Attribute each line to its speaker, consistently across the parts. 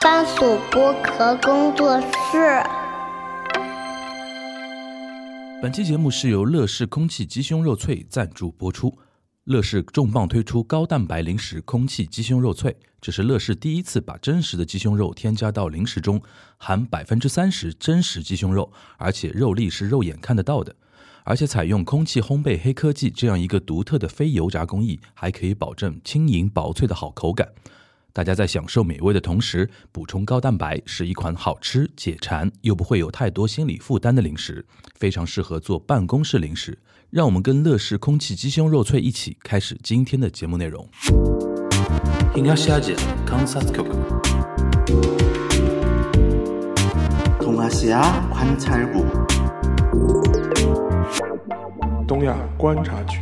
Speaker 1: 番薯剥壳工作室。
Speaker 2: 本期节目是由乐事空气鸡胸肉脆赞助播出。乐事重磅推出高蛋白零食空气鸡胸肉脆，这是乐事第一次把真实的鸡胸肉添加到零食中，含百分之三十真实鸡胸肉，而且肉粒是肉眼看得到的。而且采用空气烘焙黑科技这样一个独特的非油炸工艺，还可以保证轻盈薄脆的好口感。大家在享受美味的同时，补充高蛋白是一款好吃、解馋又不会有太多心理负担的零食，非常适合做办公室零食。让我们跟乐事空气鸡胸肉脆一起开始今天的节目内容。
Speaker 3: 東アジア観察局東アジア观察局
Speaker 4: 东亚观察局。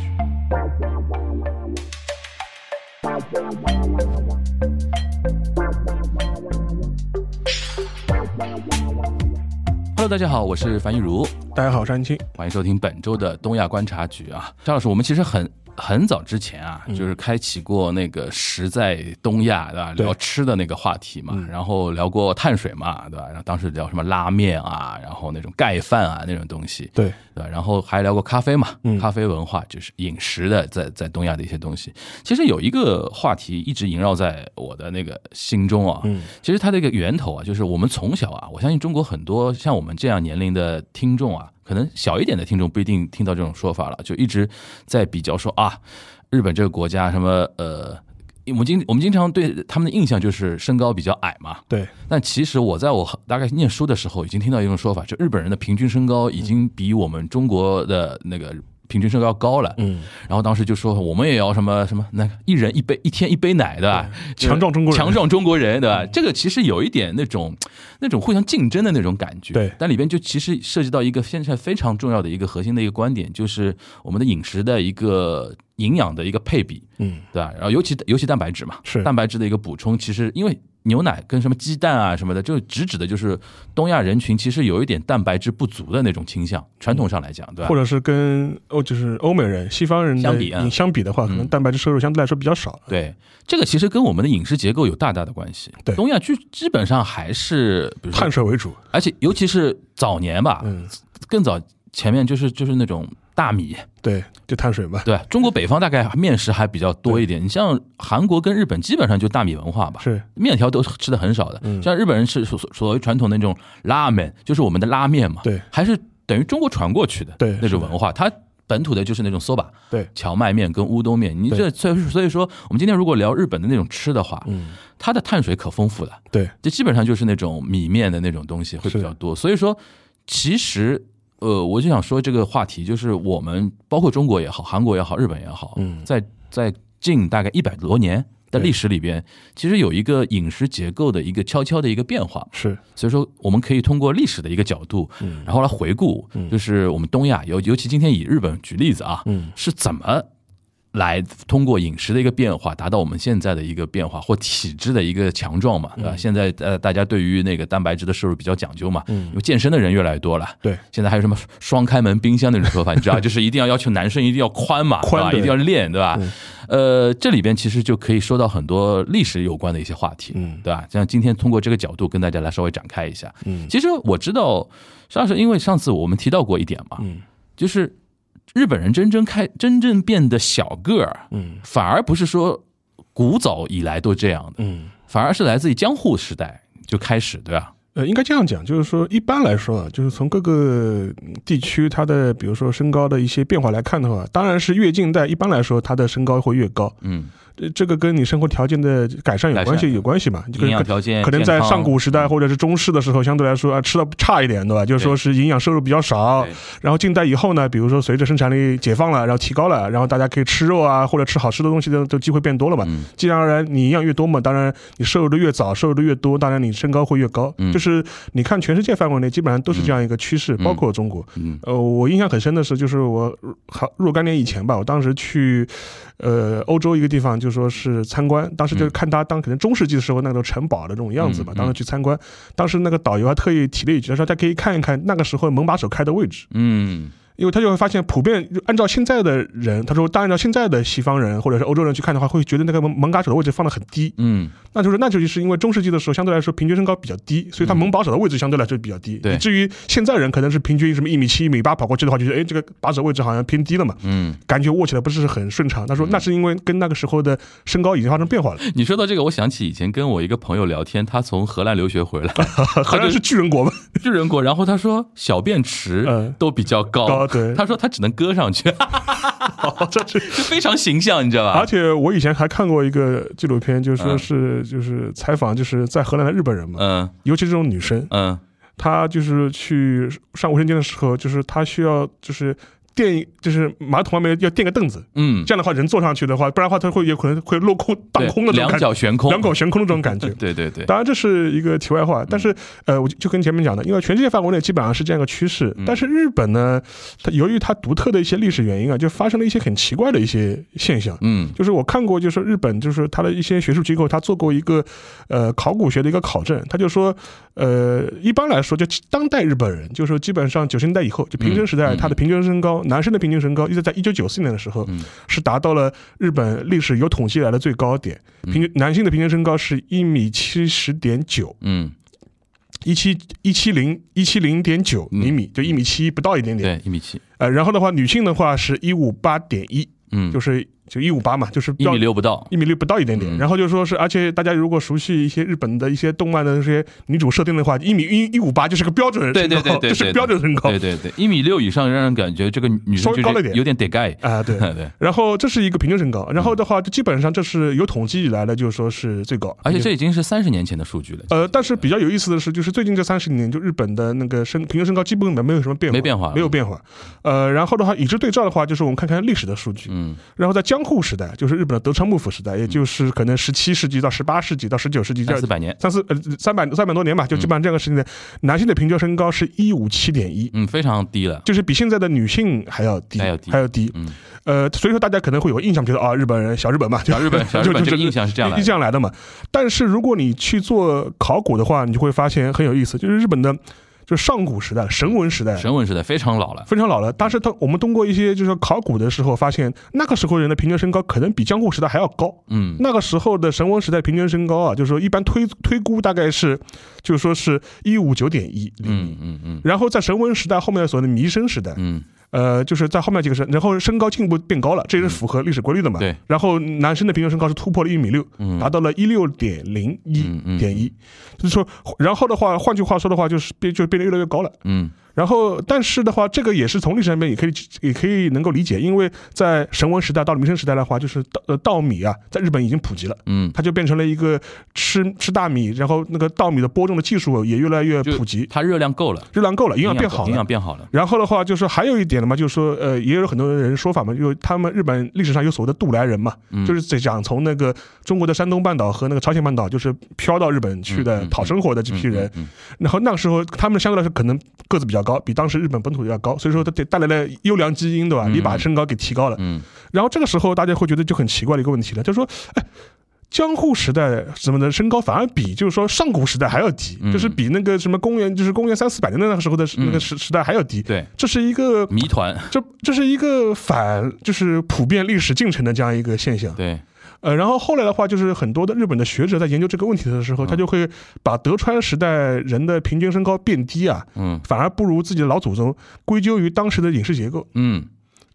Speaker 2: Hello，大家好，我是樊玉茹，
Speaker 4: 大家好，山青。
Speaker 2: 欢迎收听本周的东亚观察局啊，张老师，我们其实很很早之前啊，就是开启过那个时在东亚对吧？
Speaker 4: 对
Speaker 2: 聊吃的那个话题嘛，然后聊过碳水嘛，对吧？然后当时聊什么拉面啊，然后那种盖饭啊那种东西，
Speaker 4: 对，
Speaker 2: 对吧？然后还聊过咖啡嘛，
Speaker 4: 嗯
Speaker 2: 咖啡文化就是饮食的在在东亚的一些东西。其实有一个话题一直萦绕在我的那个心中啊，
Speaker 4: 嗯
Speaker 2: 其实它的一个源头啊，就是我们从小啊，我相信中国很多像我们这样年龄的听众啊，可能小一点的听众不一定听到这种说法了，就一直在比较说啊，日本这个国家什么呃。我们经我们经常对他们的印象就是身高比较矮嘛，
Speaker 4: 对，
Speaker 2: 但其实我在我大概念书的时候，已经听到一种说法，就日本人的平均身高已经比我们中国的那个平均身高要高了。
Speaker 4: 嗯，
Speaker 2: 然后当时就说我们也要什么什么，那个一人一杯，一天一杯奶，对吧？就是
Speaker 4: 嗯强壮中国人嗯
Speaker 2: 强壮中国人，对吧？这个其实有一点那种那种互相竞争的那种感觉。
Speaker 4: 对
Speaker 2: 但里边就其实涉及到一个现在非常重要的一个核心的一个观点，就是我们的饮食的一个营养的一个配比。
Speaker 4: 嗯，
Speaker 2: 对吧？然后尤其尤其蛋白质嘛，
Speaker 4: 是
Speaker 2: 蛋白质的一个补充。其实因为牛奶跟什么鸡蛋啊什么的，就直指的就是东亚人群其实有一点蛋白质不足的那种倾向，传统上来讲，对吧？
Speaker 4: 或者是跟欧就是欧美人、西方人的
Speaker 2: 相比啊
Speaker 4: 你相比的嗯话，可能蛋白质摄入相对来说比较少。
Speaker 2: 对，这个其实跟我们的饮食结构有大大的关系。
Speaker 4: 对
Speaker 2: 东亚基基本上还是比如说
Speaker 4: 碳，水为主。
Speaker 2: 而且尤其是早年吧，
Speaker 4: 嗯，
Speaker 2: 更早前面就是就是那种大米，
Speaker 4: 对，就碳水吧。
Speaker 2: 对吧中国北方大概面食还比较多一点。你像韩国跟日本基本上就大米文化吧，
Speaker 4: 是，
Speaker 2: 面条都吃的很少的，
Speaker 4: 嗯
Speaker 2: 像日本人是所所谓传统的那种拉面，就是我们的拉面嘛，
Speaker 4: 对
Speaker 2: 还是等于中国传过去的，
Speaker 4: 对
Speaker 2: 那
Speaker 4: 是
Speaker 2: 种
Speaker 4: 的
Speaker 2: 文化，它本土的就是那种 soba，
Speaker 4: 对，
Speaker 2: 荞麦面跟乌冬面，你这所以所以说，我们今天如果聊日本的那种吃的话，
Speaker 4: 嗯，
Speaker 2: 它的碳水可丰富了，
Speaker 4: 对，
Speaker 2: 这基本上就是那种米面的那种东西会比较多，所以说其实。呃，我就想说这个话题，就是我们包括中国也好，韩国也好，日本也好，
Speaker 4: 嗯
Speaker 2: 在在近大概一百多年的历史里边，其实有一个饮食结构的一个悄悄的一个变化。
Speaker 4: 是，
Speaker 2: 所以说，我们可以通过历史的一个角度，
Speaker 4: 嗯
Speaker 2: 然后来回顾，就是我们东亚，尤尤其今天以日本举例子啊，
Speaker 4: 嗯，
Speaker 2: 是怎么来通过饮食的一个变化，达到我们现在的一个变化或体质的一个强壮嘛，
Speaker 4: 嗯
Speaker 2: 对吧？现在呃，大家对于那个蛋白质的摄入比较讲究嘛，
Speaker 4: 嗯
Speaker 2: 因为健身的人越来越多了，
Speaker 4: 对，
Speaker 2: 现在还有什么双开门冰箱那种说法，你知 道，就是一定要要求男生一定要宽嘛，
Speaker 4: 宽
Speaker 2: 对吧？
Speaker 4: 对嗯
Speaker 2: 一定要练，对吧？呃，这里边其实就可以说到很多历史有关的一些话题，
Speaker 4: 嗯
Speaker 2: 对吧？像今天通过这个角度跟大家来稍微展开一下。
Speaker 4: 嗯
Speaker 2: 其实我知道，上次因为上次我们提到过一点嘛，
Speaker 4: 嗯
Speaker 2: 就是日本人真正开真正变得小个儿，
Speaker 4: 嗯
Speaker 2: 反而不是说古早以来都这样的，
Speaker 4: 嗯，
Speaker 2: 反而是来自于江户时代就开始，对吧？
Speaker 4: 呃，应该这样讲，就是说，一般来说啊，就是从各个嗯地区它的，比如说身高的一些变化来看的话，当然是越近代，一般来说它的身高会越高，
Speaker 2: 嗯，
Speaker 4: 这这个跟你生活条件的改善有关
Speaker 2: 改善
Speaker 4: 系，有关系嘛？就
Speaker 2: 营
Speaker 4: 跟
Speaker 2: 养条件
Speaker 4: 可能在上古时代
Speaker 2: 或
Speaker 4: 或者是中世的时候，相对来说啊吃的差一点，对吧？就是说是营养摄入比较少
Speaker 2: 对。
Speaker 4: 然后近代以后呢，比如说随着生产力解放了，然后提高了，然后大家可以吃肉啊，或者吃好吃的东西的的机会变多了嘛。
Speaker 2: 嗯
Speaker 4: 自然而然，你营养越多嘛，当然你摄入的越早，摄入的越多，当然你身高会越高。
Speaker 2: 嗯
Speaker 4: 就是你看全世界范围内，基本上都是这样一个趋势，
Speaker 2: 嗯
Speaker 4: 包括中国。
Speaker 2: 嗯
Speaker 4: 呃，我印象很深的是，就是我好若干年以前吧，我当时去，呃，欧洲一个地方，就说是参观，当时就是看他当可能中世纪的时候那种城堡的这种样子
Speaker 2: 嗯
Speaker 4: 吧
Speaker 2: 嗯，嗯
Speaker 4: 当时去参观，当时那个导游还特意提了一句，他说大家可以看一看那个时候门把手开的位置，
Speaker 2: 嗯
Speaker 4: 因为他就会发现，普遍就按照现在的人，他说，但按照现在的西方人或者是欧洲人去看的话，会觉得那个蒙蒙嘎手的位置放的很低，
Speaker 2: 嗯，
Speaker 4: 那就是那就是因为中世纪的时候相对来说平均身高比较低，所以他
Speaker 2: 嗯
Speaker 4: 蒙把手的位置相对来说比较低，
Speaker 2: 对
Speaker 4: 以至于现在人可能是平均什么一米七、一米八跑过去的话，就觉得哎这个把手位置好像偏低了嘛，
Speaker 2: 嗯，
Speaker 4: 感觉握起来不是很顺畅。他说那是因为跟那个时候的身高已经发生变 化了，
Speaker 2: 你说到这个，我想起以前跟我一个朋友聊天，他从荷兰留学回来，
Speaker 4: 荷兰是巨人国嘛，
Speaker 2: 巨人国，然后他说小便池
Speaker 4: 嗯
Speaker 2: 都比较高，
Speaker 4: 高对哦
Speaker 2: 他说他只能搁上 去，
Speaker 4: 这是
Speaker 2: 这
Speaker 4: 啊
Speaker 2: 非常形象，你知道吧？
Speaker 4: 而且我以前还看过一个纪录片，就是说是就是采访就是在荷兰的日本人嘛，
Speaker 2: 嗯
Speaker 4: 尤其这种女生，
Speaker 2: 嗯
Speaker 4: 她就是去上卫生间的时候，就是她需要就是垫一就是马桶外面要垫个凳子，
Speaker 2: 嗯，
Speaker 4: 这样的话人坐上去的话，不然的话她会有可能会落空荡
Speaker 2: 对
Speaker 4: 空的那种
Speaker 2: 两
Speaker 4: 感觉，
Speaker 2: 脚悬空，
Speaker 4: 两脚悬空的这种感觉。
Speaker 2: 对对 对，
Speaker 4: 当然这是一个题外话，但是呃，我就就跟前面讲的，因为全世界范围内基本上是这样一个趋势
Speaker 2: 嗯，
Speaker 4: 但是日本呢，它由于它独特的一些历史原因啊，就发生了一些很奇怪的一些现象。
Speaker 2: 嗯
Speaker 4: 就是我看过，就是日本，就是他的一些学术机构，他做过一个呃考古学的一个考证，他就说，呃，一般来说，就当代日本人，就是说基本上九十年代以后，就平均时代，
Speaker 2: 嗯嗯
Speaker 4: 他的平均身高，男生的平均身高，一直在一九九四年的时候
Speaker 2: 嗯
Speaker 4: 是达到了日本历史有统计以来的最高点，
Speaker 2: 嗯
Speaker 4: 平均男性的平均身高是一米七十点九，
Speaker 2: 嗯，
Speaker 4: 一七一七零一七零点九
Speaker 2: 嗯
Speaker 4: 厘米，就一米七不到一点点，
Speaker 2: 对，一米七，
Speaker 4: 呃，然后的话，女性的话是一五八点一，
Speaker 2: 嗯，
Speaker 4: 就是就一五八嘛，就是
Speaker 2: 一
Speaker 4: 标
Speaker 2: 米六不到，
Speaker 4: 一米六不到一点点。
Speaker 2: 嗯
Speaker 4: 然后就说是，而且大家如果熟悉一些日本的一些动漫的这些女主设定的话，一米一一五八 就是个标准身高，
Speaker 2: 对对对对对
Speaker 4: 这是标准身高
Speaker 2: 对对对，一米六以上让人感觉这个女生
Speaker 4: 哦稍微
Speaker 2: 就
Speaker 4: 高了
Speaker 2: 是
Speaker 4: 点
Speaker 2: 有点得盖，
Speaker 4: 啊，对。
Speaker 2: 对，嗯
Speaker 4: 然后这是一个平均身高，然后的话，就基本上这是有统计以来的，就是说是最高。
Speaker 2: 而且这已经是三十年前的数据了，
Speaker 4: 呃，但是比较有意思的是，就是最近这三十年，就日本的那个身平均身高基本没有什么变化，
Speaker 2: 没变化
Speaker 4: 没有变化。呃，然后的话，与之对照的话，就是我们看看历史的数据。
Speaker 2: 嗯
Speaker 4: 然后在江户时代，就是日本的德川幕府时代，也就是可能十七世纪到十八世纪到十九世纪这
Speaker 2: 三四百年，
Speaker 4: 三四呃三百三百多年吧，就
Speaker 2: 嗯
Speaker 4: 基本上这个时间内，男性的平均身高是一五七点一，
Speaker 2: 嗯，非常低了，
Speaker 4: 就是比现在的女性还要低，
Speaker 2: 还要低嗯，
Speaker 4: 呃，所以说大家可能会有个印象，觉得啊，日本人小日本嘛， 就
Speaker 2: 小日本小日本这个印象是这样来
Speaker 4: 一这
Speaker 2: 的，
Speaker 4: 样来的嘛。但是如果你去做考古的话，你就会发现很有意思，就是日本的，就是上古时代、神文时代。
Speaker 2: 神文时代非常老了，
Speaker 4: 非常老了，但是他我们通过一些就是考古的时候发现，那个时候人的平均身高可能比江户时代还要高。
Speaker 2: 嗯
Speaker 4: 那个时候的神文时代平均身高啊，就是说一般推推估大概是，就是说是一五九点一厘米。
Speaker 2: 嗯嗯嗯
Speaker 4: 然后在神文时代后面的所谓的弥生时代，
Speaker 2: 嗯
Speaker 4: 呃，就是在后面几个神，然后身高进一步变高了，这也是符合历史规律的
Speaker 2: 嗯
Speaker 4: 嘛。
Speaker 2: 对。
Speaker 4: 然后男生的平均身高是突破了一米六，
Speaker 2: 嗯，
Speaker 4: 达到了一六点零一
Speaker 2: 嗯嗯
Speaker 4: 点一，就是说，然后的话，换句话说的话，就是变就变得越来越高了。
Speaker 2: 嗯
Speaker 4: 然后，但是的话，这个也是从历史上面也可以也可以能够理解，因为在神文时代到了弥生时代的话，就是稻呃稻米啊，在日本已经普及了。
Speaker 2: 嗯，
Speaker 4: 它就变成了一个吃吃大米，然后那个稻米的播种的技术也越来越
Speaker 2: 就
Speaker 4: 普及，
Speaker 2: 它热量够了，
Speaker 4: 热量够了，营养变
Speaker 2: 够
Speaker 4: 好
Speaker 2: 营养
Speaker 4: 了。
Speaker 2: 变好了，
Speaker 4: 然后的话，就是还有一点的嘛，就是说，呃，也有很多人说法嘛，就是他们日本历史上有所谓的渡来人嘛，
Speaker 2: 嗯
Speaker 4: 就是在讲从那个中国的山东半岛和那个朝鲜半岛，就是飘到日本去的、
Speaker 2: 嗯嗯
Speaker 4: 讨生活的这批人。
Speaker 2: 嗯，嗯
Speaker 4: 然后那个时候，他们相对来说可能个子比较高，比当时日本本土要高，所以说他得带来了优良基因，对吧？
Speaker 2: 嗯
Speaker 4: 你把身高给提高了。
Speaker 2: 嗯
Speaker 4: 然后这个时候大家会觉得就很奇怪的一个问题了，就是说，哎，江户时代什么的身高反而比就是说上古时代还要低，
Speaker 2: 嗯
Speaker 4: 就是比那个什么公元就是公元三四百年的那个时候的时
Speaker 2: 嗯
Speaker 4: 那个时时代还要低。
Speaker 2: 对，
Speaker 4: 这是一个
Speaker 2: 谜团，
Speaker 4: 这这是一个反就是普遍历史进程的这样一个现象。
Speaker 2: 对，
Speaker 4: 呃，然后后来的话，就是很多的日本的学者在研究这个问题的时
Speaker 2: 嗯
Speaker 4: 候，他就会把德川时代人的平均身高变低啊，
Speaker 2: 嗯
Speaker 4: 反而不如自己的老祖宗，归咎于当时的饮食结构。
Speaker 2: 嗯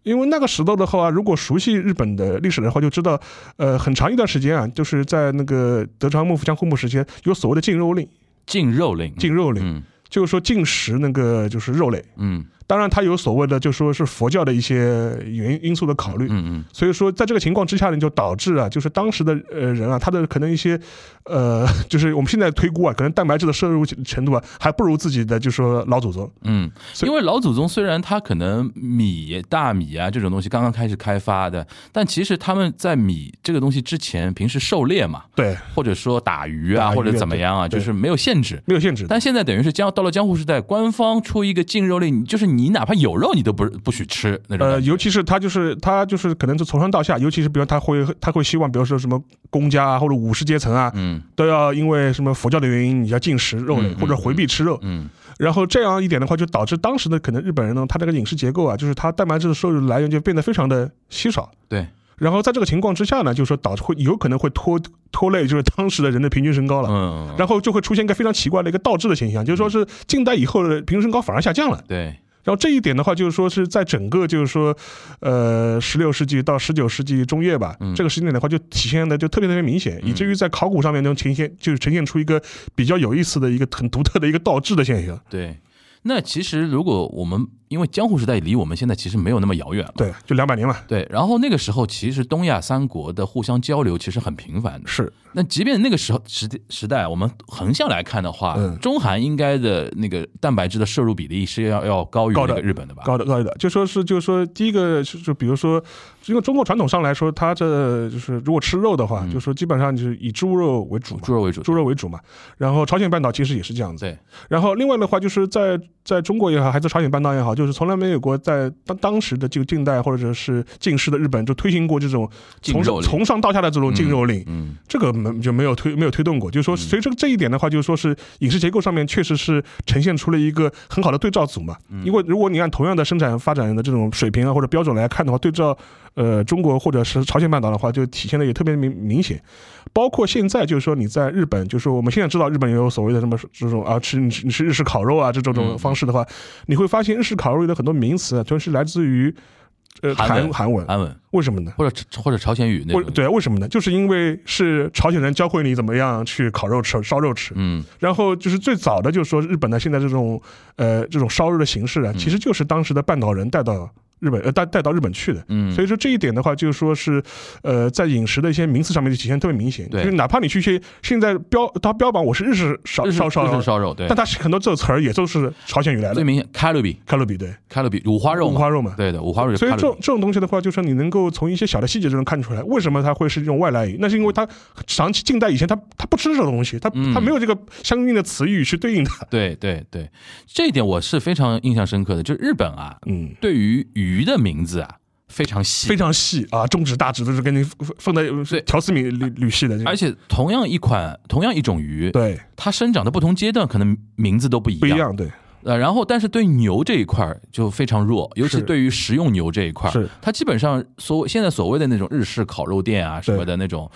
Speaker 4: 因为那个时候的话，如果熟悉日本的历史的话，就知道，呃，很长一段时间啊，就是在那个德川幕府江户幕时期，有所谓的禁肉令，
Speaker 2: 禁肉令，
Speaker 4: 禁肉令、
Speaker 2: 嗯
Speaker 4: 就是说禁食那个就是肉类。
Speaker 2: 嗯
Speaker 4: 当然，它有所谓的，就说是佛教的一些原因素的考虑。
Speaker 2: 嗯嗯
Speaker 4: 所以说，在这个情况之下呢，就导致啊，就是当时的呃人啊，他的可能一些，呃， 就是我们现在推估啊，可能蛋白质的摄入程度啊，还不如自己的就说老祖宗。
Speaker 2: 嗯，
Speaker 4: 所以
Speaker 2: 因为老祖宗虽然他可能米、大米啊这种东西刚刚开始开发的，但其实他们在米这个东西之前，平时狩猎嘛，
Speaker 4: 对，
Speaker 2: 或者说打鱼啊，
Speaker 4: 打鱼啊
Speaker 2: 或者怎么样啊，
Speaker 4: 对
Speaker 2: 就是没有限制。
Speaker 4: 没有限制。
Speaker 2: 但现在等于是江到了江户时代，官方出一个禁肉令，你就是你你哪怕有肉，你都不不许吃那种
Speaker 4: 呃，
Speaker 2: 感觉。
Speaker 4: 尤其是他就是他就是可能就从上到下，尤其是比如他会他会希望，比如说什么公家啊或者武士阶层啊，
Speaker 2: 嗯
Speaker 4: 都要因为什么佛教的原因，你要禁食肉类
Speaker 2: 嗯嗯
Speaker 4: 或者回避吃肉。
Speaker 2: 嗯
Speaker 4: 然后这样一点的话，就导致当时的可能日本人呢，他这个饮食结构啊，就是他蛋白质的摄入来源就变得非常的稀少。
Speaker 2: 对，
Speaker 4: 然后在这个情况之下呢，就是说导致会有可能会拖 拖累，就是当时的人的平均身高了。
Speaker 2: 嗯，
Speaker 4: 然后就会出现一个非常奇怪的一个倒置的现象，就是说是近代以后的平均身高反而下降了。
Speaker 2: 对，
Speaker 4: 然后这一点的话，就是说是在整个就是说，呃，十六世纪到十九世纪中叶吧，
Speaker 2: 嗯
Speaker 4: 这个时间点的话，就体现的就特别特别明显，以至于在考古上面能呈现，就是呈现出一个比较有意思的一个很独特的一个倒置的现象。
Speaker 2: 对，那其实如果我们因为江户时代离我们现在其实没有那么遥远了，
Speaker 4: 对，就两百年嘛，
Speaker 2: 对。然后那个时候其实东亚三国的互相交流其实很频繁的。
Speaker 4: 是
Speaker 2: 那即便那个时候时时代，我们横向来看的话，
Speaker 4: 嗯
Speaker 2: 中韩应该的那个蛋白质的摄入比例是要要高于
Speaker 4: 高
Speaker 2: 那
Speaker 4: 的
Speaker 2: 个日本的吧？
Speaker 4: 高的高的，就说是就说第一个是就比如说，因为中国传统上来说，它这就是如果吃肉的话，
Speaker 2: 嗯
Speaker 4: 就说基本上就是以猪肉为主嘛，
Speaker 2: 猪肉为主，
Speaker 4: 猪肉为主嘛。然后朝鲜半岛其实也是这样子。
Speaker 2: 对，
Speaker 4: 然后另外的话，就是在在中国也好，还是朝鲜半岛也好，就是从来没有过在当当时的这个近代或者是近世的日本就推行过这种
Speaker 2: 禁
Speaker 4: 从
Speaker 2: 肉令
Speaker 4: 从上到下的这种禁肉令。
Speaker 2: 嗯
Speaker 4: 这个没就没有推没有推动过，就是说，随着这一点的话，就是说是影视结构上面确实是呈现出了一个很好的对照组嘛。
Speaker 2: 嗯
Speaker 4: 因为如果你按同样的生产发展的这种水平啊或者标准来看的话，对照呃中国或者是朝鲜半岛的话，就体现的也特别明明显。包括现在就是说你在日本，就是我们现在知道日本也有所谓的什么这种啊吃你吃你吃日式烤肉啊这种这种方式
Speaker 2: 嗯
Speaker 4: 的话，你会发现日式烤肉的很多名词啊，全是来自于呃
Speaker 2: 韩文啊
Speaker 4: 韩韩文，
Speaker 2: 韩文
Speaker 4: 为什么呢？
Speaker 2: 或者或者朝鲜语那
Speaker 4: 为
Speaker 2: 种，
Speaker 4: 对啊，为什么呢？就是因为是朝鲜人教会你怎么样去烤肉吃、烧肉吃，
Speaker 2: 嗯
Speaker 4: 然后就是最早的就是说日本的现在这种呃这种烧肉的形式
Speaker 2: 嗯
Speaker 4: 啊，其实就是当时的半岛人带到日本呃带带到日本去的。
Speaker 2: 嗯，
Speaker 4: 所以说这一点的话，就是说是，呃，在饮食的一些名词上面就体现特别明显。
Speaker 2: 对
Speaker 4: 就是哪怕你去一些现在标，它标榜我是日式烧
Speaker 2: 日式
Speaker 4: 烧
Speaker 2: 日
Speaker 4: 烧
Speaker 2: 式，烧肉，对
Speaker 4: 但，它是很多这个词儿也都是朝鲜语来
Speaker 2: 最
Speaker 4: 的，
Speaker 2: 明显 calorie
Speaker 4: 卡路比对，
Speaker 2: calorie 五花肉
Speaker 4: 五
Speaker 2: 嘛，
Speaker 4: 花肉嘛。
Speaker 2: 对的，五花肉有
Speaker 4: 所以这
Speaker 2: calorie
Speaker 4: 种这种东西的话，就是你能够从一些小的细节中看出来，为什么它会是这种外来语？那是因为它长期近代以前它它不吃这种东西，它
Speaker 2: 嗯
Speaker 4: 它没有这个相应的词语去对应它。
Speaker 2: 对对对，这一点我是非常印象深刻的。就是日本啊，
Speaker 4: 嗯，
Speaker 2: 对于鱼的名字啊非常细，
Speaker 4: 非常细啊，中指大指都是跟你放在
Speaker 2: 对
Speaker 4: 条丝米捋捋细的这个，
Speaker 2: 而且同样一款同样一种鱼，
Speaker 4: 对
Speaker 2: 它生长的不同阶段可能名字都不一
Speaker 4: 不一
Speaker 2: 样。
Speaker 4: 样，对
Speaker 2: 呃，然后但是对牛这一块儿就非常弱，尤其
Speaker 4: 是
Speaker 2: 对于食用牛这一块儿，
Speaker 4: 是
Speaker 2: 它基本上所现在所谓的那种日式烤肉店啊什么的那种。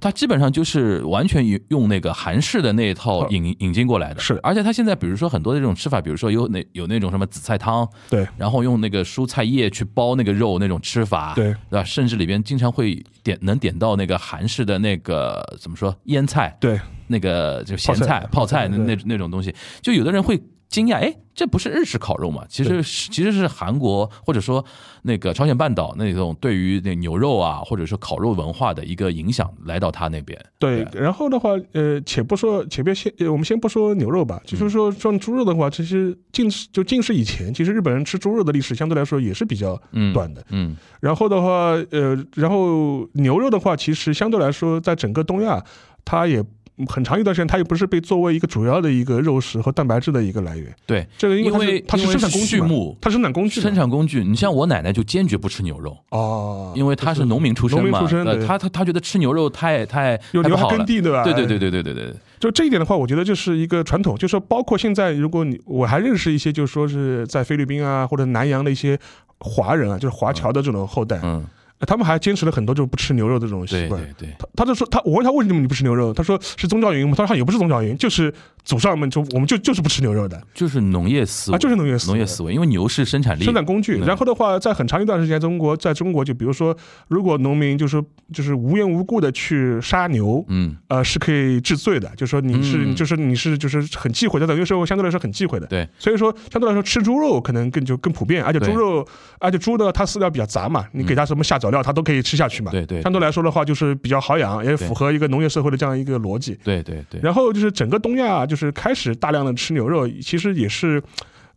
Speaker 2: 它基本上就是完全用用那个韩式的那一套
Speaker 4: 哦
Speaker 2: 引、引进过来的，
Speaker 4: 是
Speaker 2: 而且它现在比如说很多的这种吃法，比如说有那有那种什么紫菜汤，
Speaker 4: 对
Speaker 2: 然后用那个蔬菜叶去包那个肉那种吃法，
Speaker 4: 对
Speaker 2: 对吧？甚至里边经常会点能点到那个韩式的那个怎么说腌菜，
Speaker 4: 对，
Speaker 2: 那个就咸
Speaker 4: 泡
Speaker 2: 菜
Speaker 4: 菜、
Speaker 2: 泡菜
Speaker 4: 泡菜
Speaker 2: 那
Speaker 4: 对
Speaker 2: 那那种东西，就有的人会惊讶，哎，这不是日式烤肉吗？其实是其实是韩国或者说那个朝鲜半岛那种对于那牛肉啊，或者说烤肉文化的一个影响来到他那边。
Speaker 4: 对。然后的话，呃，且不说，且别先，呃我们先不说牛肉吧，
Speaker 2: 嗯
Speaker 4: 就是说像猪肉的话，其实近就近世以前，其实日本人吃猪肉的历史相对来说也是比较
Speaker 2: 嗯
Speaker 4: 短的。
Speaker 2: 嗯
Speaker 4: 然后的话，呃，然后牛肉的话，其实相对来说，在整个东亚，它也很长一段时间，它也不是被作为一个主要的一个肉食和蛋白质的一个来源。
Speaker 2: 对，
Speaker 4: 这个因
Speaker 2: 因为
Speaker 4: 为它是它是生产工具
Speaker 2: 畜
Speaker 4: 嘛
Speaker 2: 牧
Speaker 4: 它是生产工具嘛
Speaker 2: 生产工具，你像我奶奶就坚决不吃牛肉，
Speaker 4: 哦，
Speaker 2: 因为她是农民出身
Speaker 4: 农
Speaker 2: 嘛，
Speaker 4: 民出身
Speaker 2: 呃
Speaker 4: 对
Speaker 2: 她她她觉得吃牛肉太太太
Speaker 4: 有
Speaker 2: 不
Speaker 4: 牛
Speaker 2: 好
Speaker 4: 还
Speaker 2: 了
Speaker 4: 耕。地啊对吧？
Speaker 2: 对对对对对对对，
Speaker 4: 就这一点的话，我觉得就是一个传统，就是说包括现在，如果你我还认识一些，就是说是在菲律宾啊或者南洋的一些华人啊，就是华侨的这种后代，
Speaker 2: 嗯，
Speaker 4: 他们还坚持了很多就是不吃牛肉的这种习
Speaker 2: 对
Speaker 4: 惯。
Speaker 2: 对对，
Speaker 4: 他他就说他，我问他为什么你不吃牛肉，他说是宗教原因吗？他说也不是宗教原因，就是祖上们就我们就就是不吃牛肉的
Speaker 2: 就是农业思维
Speaker 4: 啊，就是农业思
Speaker 2: 农业
Speaker 4: 维。
Speaker 2: 思维，因为牛是生产力，
Speaker 4: 生产工具，
Speaker 2: 嗯
Speaker 4: 然后的话，在很长一段时间，中国在中国就比如说，如果农民就是就是无缘无故的去杀牛，
Speaker 2: 嗯，
Speaker 4: 呃，是可以治罪的，就说你是、
Speaker 2: 嗯
Speaker 4: 就是你是就是很忌讳的，在等于社会相对来说很忌讳的。
Speaker 2: 对，
Speaker 4: 所以说相对来说吃猪肉可能更就更普遍，而且
Speaker 2: 对
Speaker 4: 猪肉，而且猪呢它饲料比较杂嘛，你给它什么下脚料它都可以吃下去嘛。
Speaker 2: 对对
Speaker 4: 相对来说的话就是比较好养，也
Speaker 2: 对
Speaker 4: 符合一个农业社会的这样一个逻辑。
Speaker 2: 对对对，
Speaker 4: 然后就是整个东亚就是开始大量的吃牛肉，其实也是。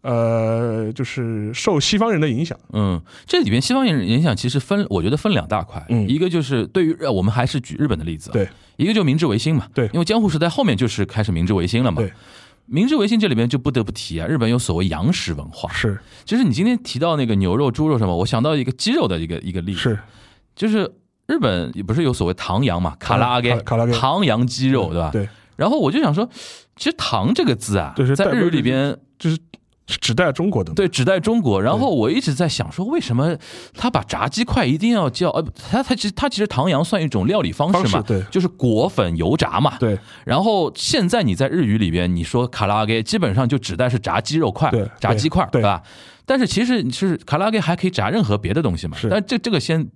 Speaker 4: 呃，就是受西方人的影响，
Speaker 2: 嗯，这里边西方影影响其实分，我觉得分两大块，
Speaker 4: 嗯
Speaker 2: 一个就是对于呃我们还是举日本的例子，
Speaker 4: 对，
Speaker 2: 一个就明治维新嘛，
Speaker 4: 对
Speaker 2: 因为江户时代后面就是开始明治维新了嘛，
Speaker 4: 对，
Speaker 2: 明治维新这里面就不得不提啊，日本有所谓洋食文化。
Speaker 4: 是
Speaker 2: 其实你今天提到那个牛肉、猪肉什么，我想到一个鸡肉的一个一个例子，
Speaker 4: 是，
Speaker 2: 就是日本不是有所谓唐扬嘛，卡拉阿给，
Speaker 4: 卡拉阿给嗯
Speaker 2: 唐扬鸡肉，对吧？
Speaker 4: 对，
Speaker 2: 然后我就想说，其实“唐”这个字啊
Speaker 4: 对是，
Speaker 2: 在
Speaker 4: 代
Speaker 2: 日语里边
Speaker 4: 就是指代中国的嘛，
Speaker 2: 对，只在中国。然后我一直在想说，为什么他把炸鸡块一定要叫？呃，他他其实他其实唐扬算一种料理方式嘛，
Speaker 4: 方式对
Speaker 2: 就是裹粉油炸嘛。。
Speaker 4: 对
Speaker 2: 然后现在你在日语里边，你说卡拉给，基本上就指代是炸鸡肉块
Speaker 4: 对、
Speaker 2: 炸鸡块，
Speaker 4: 对
Speaker 2: 吧？但是其实你是卡拉给还可以炸任何别的东西嘛。
Speaker 4: 是
Speaker 2: 但这这个先。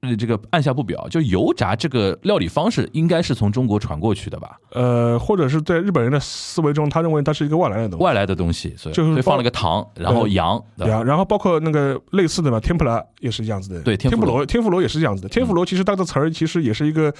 Speaker 2: 呃这个按下不表，就油炸这个料理方式应该是从中国传过去的吧，
Speaker 4: 呃，或者是在日本人的思维中，他认为它是一个外来的东西。
Speaker 2: 外来的东西，所以
Speaker 4: 就是
Speaker 2: 所以
Speaker 4: 包
Speaker 2: 放了个糖，然后
Speaker 4: 对啊
Speaker 2: 羊，对吧
Speaker 4: 然然后包括那个类似的嘛，天妇罗也是这样子的。
Speaker 2: 对
Speaker 4: 天
Speaker 2: 天妇罗嗯
Speaker 4: 罗，天妇罗也是这样子的。天妇罗其实它的词儿其实也是一个，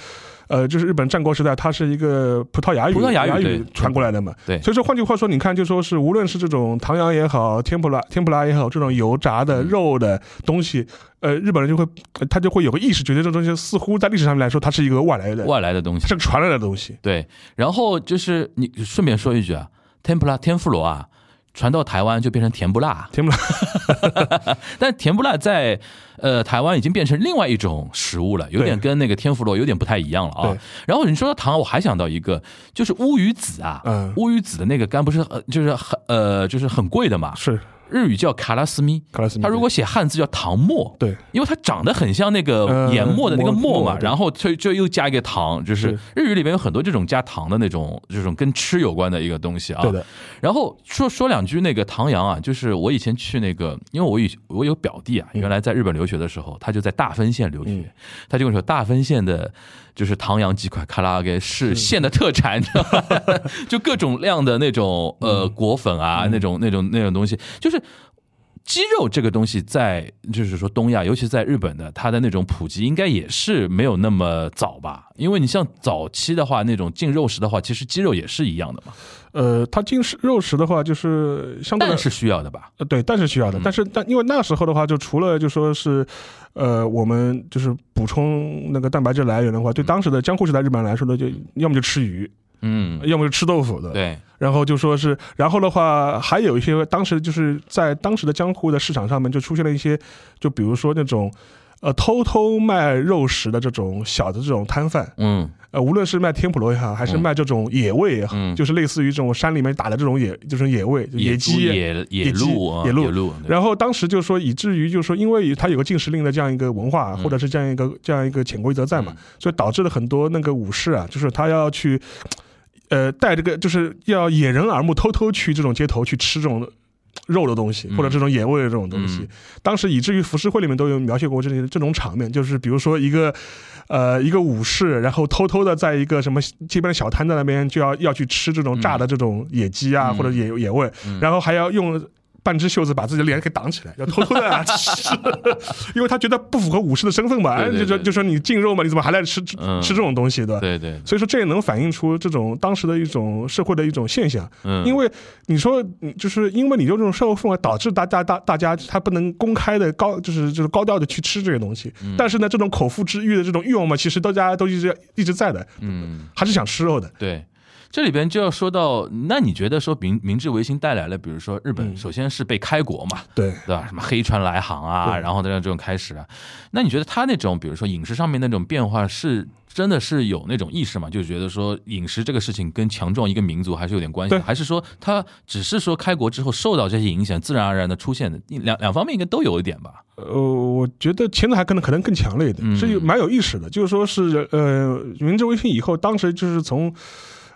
Speaker 4: 呃，就是日本战国时代，它是一个葡萄牙语
Speaker 2: 葡萄牙语
Speaker 4: 语
Speaker 2: 对
Speaker 4: 传过来的嘛。
Speaker 2: 对
Speaker 4: 所以说换句话说，你看，就说是无论是这种唐扬也好，天妇罗天妇罗也好，这种油炸的肉的东西，呃，日本人就会呃他就会有个意识，觉得这东西似乎在历史上面来说，它是一个外来的，
Speaker 2: 外来的东西
Speaker 4: 它。是个传来的东西。
Speaker 2: 对，然后就是你顺便说一句啊天妇罗天妇罗啊，传到台湾就变成甜不辣，
Speaker 4: 天妇罗
Speaker 2: 但甜不辣在呃台湾已经变成另外一种食物了，有点跟那个天妇罗有点不太一样了啊
Speaker 4: 对。
Speaker 2: 然后你说到糖，我还想到一个，就是乌鱼子啊，
Speaker 4: 嗯
Speaker 2: 乌鱼子的那个干不是呃就是很呃就是很贵的嘛，
Speaker 4: 是
Speaker 2: 日语叫卡拉斯咪，
Speaker 4: 卡拉斯米
Speaker 2: 它如果写汉字叫唐沫，
Speaker 4: 对
Speaker 2: 因为它长得很像那个
Speaker 4: 呃
Speaker 2: 研磨的那个
Speaker 4: 沫
Speaker 2: 沫嘛，
Speaker 4: 沫对
Speaker 2: 然后就就又加一个糖，就是
Speaker 4: 是
Speaker 2: 日语里面有很多这种加糖的那种，这种跟吃有关的一个东西啊。
Speaker 4: 对的。
Speaker 2: 然后说说两句那个唐阳啊，就是我以前去那个，因为我以我有表弟啊，原来在日本留学的时候，他就在大分县留学，他就跟我说大分县的。就是唐阳鸡块卡拉给是县的特产，你知道吧就各种量的那种呃果粉啊，那种那种那种东西，就是鸡肉这个东西在就是说东亚，尤其在日本的，它的那种普及应该也是没有那么早吧？因为你像早期的话，那种进肉食的话，其实鸡肉也是一样的嘛，
Speaker 4: 呃，它进食肉食的话，就是相对来
Speaker 2: 蛋是需要的吧？
Speaker 4: 呃，对，蛋是需要的，
Speaker 2: 嗯
Speaker 4: 但是但因为那时候的话，就除了就说是，呃，我们就是补充那个蛋白质来源的话，对当时的江户时代日本人来说呢，就要么就吃鱼，
Speaker 2: 嗯，
Speaker 4: 要么就吃豆腐的。。
Speaker 2: 对，
Speaker 4: 然后就说是，然后的话，还有一些当时就是在当时的江户的市场上面就出现了一些，就比如说那种。呃，偷偷卖肉食的这种小的这种摊贩，
Speaker 2: 嗯
Speaker 4: 呃，无论是卖天妇罗也好，还是
Speaker 2: 嗯
Speaker 4: 卖这种野味也好，
Speaker 2: 嗯，
Speaker 4: 就是类似于这种山里面打的这种野，就是野味，就
Speaker 2: 野
Speaker 4: 鸡、
Speaker 2: 野野
Speaker 4: 野鸡
Speaker 2: 鹿啊
Speaker 4: 野
Speaker 2: 鹿
Speaker 4: 鹿
Speaker 2: 野鹿，对
Speaker 4: 然后当时就说，以至于就说，因为他有个禁食令的这样一个文
Speaker 2: 嗯
Speaker 4: 化，或者是这样一个这样一个潜规则在嘛，所以导致了很多那个武士啊，就是他要去，呃，带这个就是要掩人耳目，偷偷去这种街头去吃这种。肉的东西，或者这种野味的这种东西，
Speaker 2: 嗯
Speaker 4: 当时以至于浮世绘里面都有描写过这些这种场面，就是比如说一个，呃，一个武士，然后偷偷的在一个什么街边的小摊在那边就要要去吃这种炸的这种野鸡啊，
Speaker 2: 嗯
Speaker 4: 或者野野味，然后还要用半只袖子把自己的脸给挡起来，要偷偷 的吃， 因为他觉得不符合武士的身份嘛，
Speaker 2: 对对
Speaker 4: 就说
Speaker 2: 对
Speaker 4: 就说你进肉嘛，你怎么还来吃吃
Speaker 2: 嗯
Speaker 4: 吃这种东西，对吧？
Speaker 2: 对对，
Speaker 4: 所以说这也能反映出这种当时的一种社会的一种现象，
Speaker 2: 嗯，
Speaker 4: 因为你说嗯就是因为你有这种社会氛围，啊导致大家大大家他不能公开的高就是就是高调的去吃这些东西，
Speaker 2: 嗯
Speaker 4: 但是呢，这种口腹之欲的这种欲望嘛，其实大家都一直一直在的，
Speaker 2: 嗯
Speaker 4: 还是想吃肉的，
Speaker 2: 对。这里边就要说到，那你觉得说明明治维新带来了，比如说日本
Speaker 4: 嗯
Speaker 2: 首先是被开国嘛，
Speaker 4: 对。
Speaker 2: 对吧？什么黑船来航啊，
Speaker 4: 对
Speaker 2: 然后这样这种开始啊，那你觉得他那种，比如说饮食上面那种变化，是真的是有那种意识吗？就觉得说饮食这个事情跟强壮一个民族还是有点关系的，
Speaker 4: 对
Speaker 2: 还是说他只是说开国之后受到这些影响，自然而然的出现的？两两方面应该都有一点吧？
Speaker 4: 呃，我觉得前者还可能可能更强烈一点，
Speaker 2: 嗯
Speaker 4: 是有蛮有意识的。就是说是呃，明治维新以后，当时就是从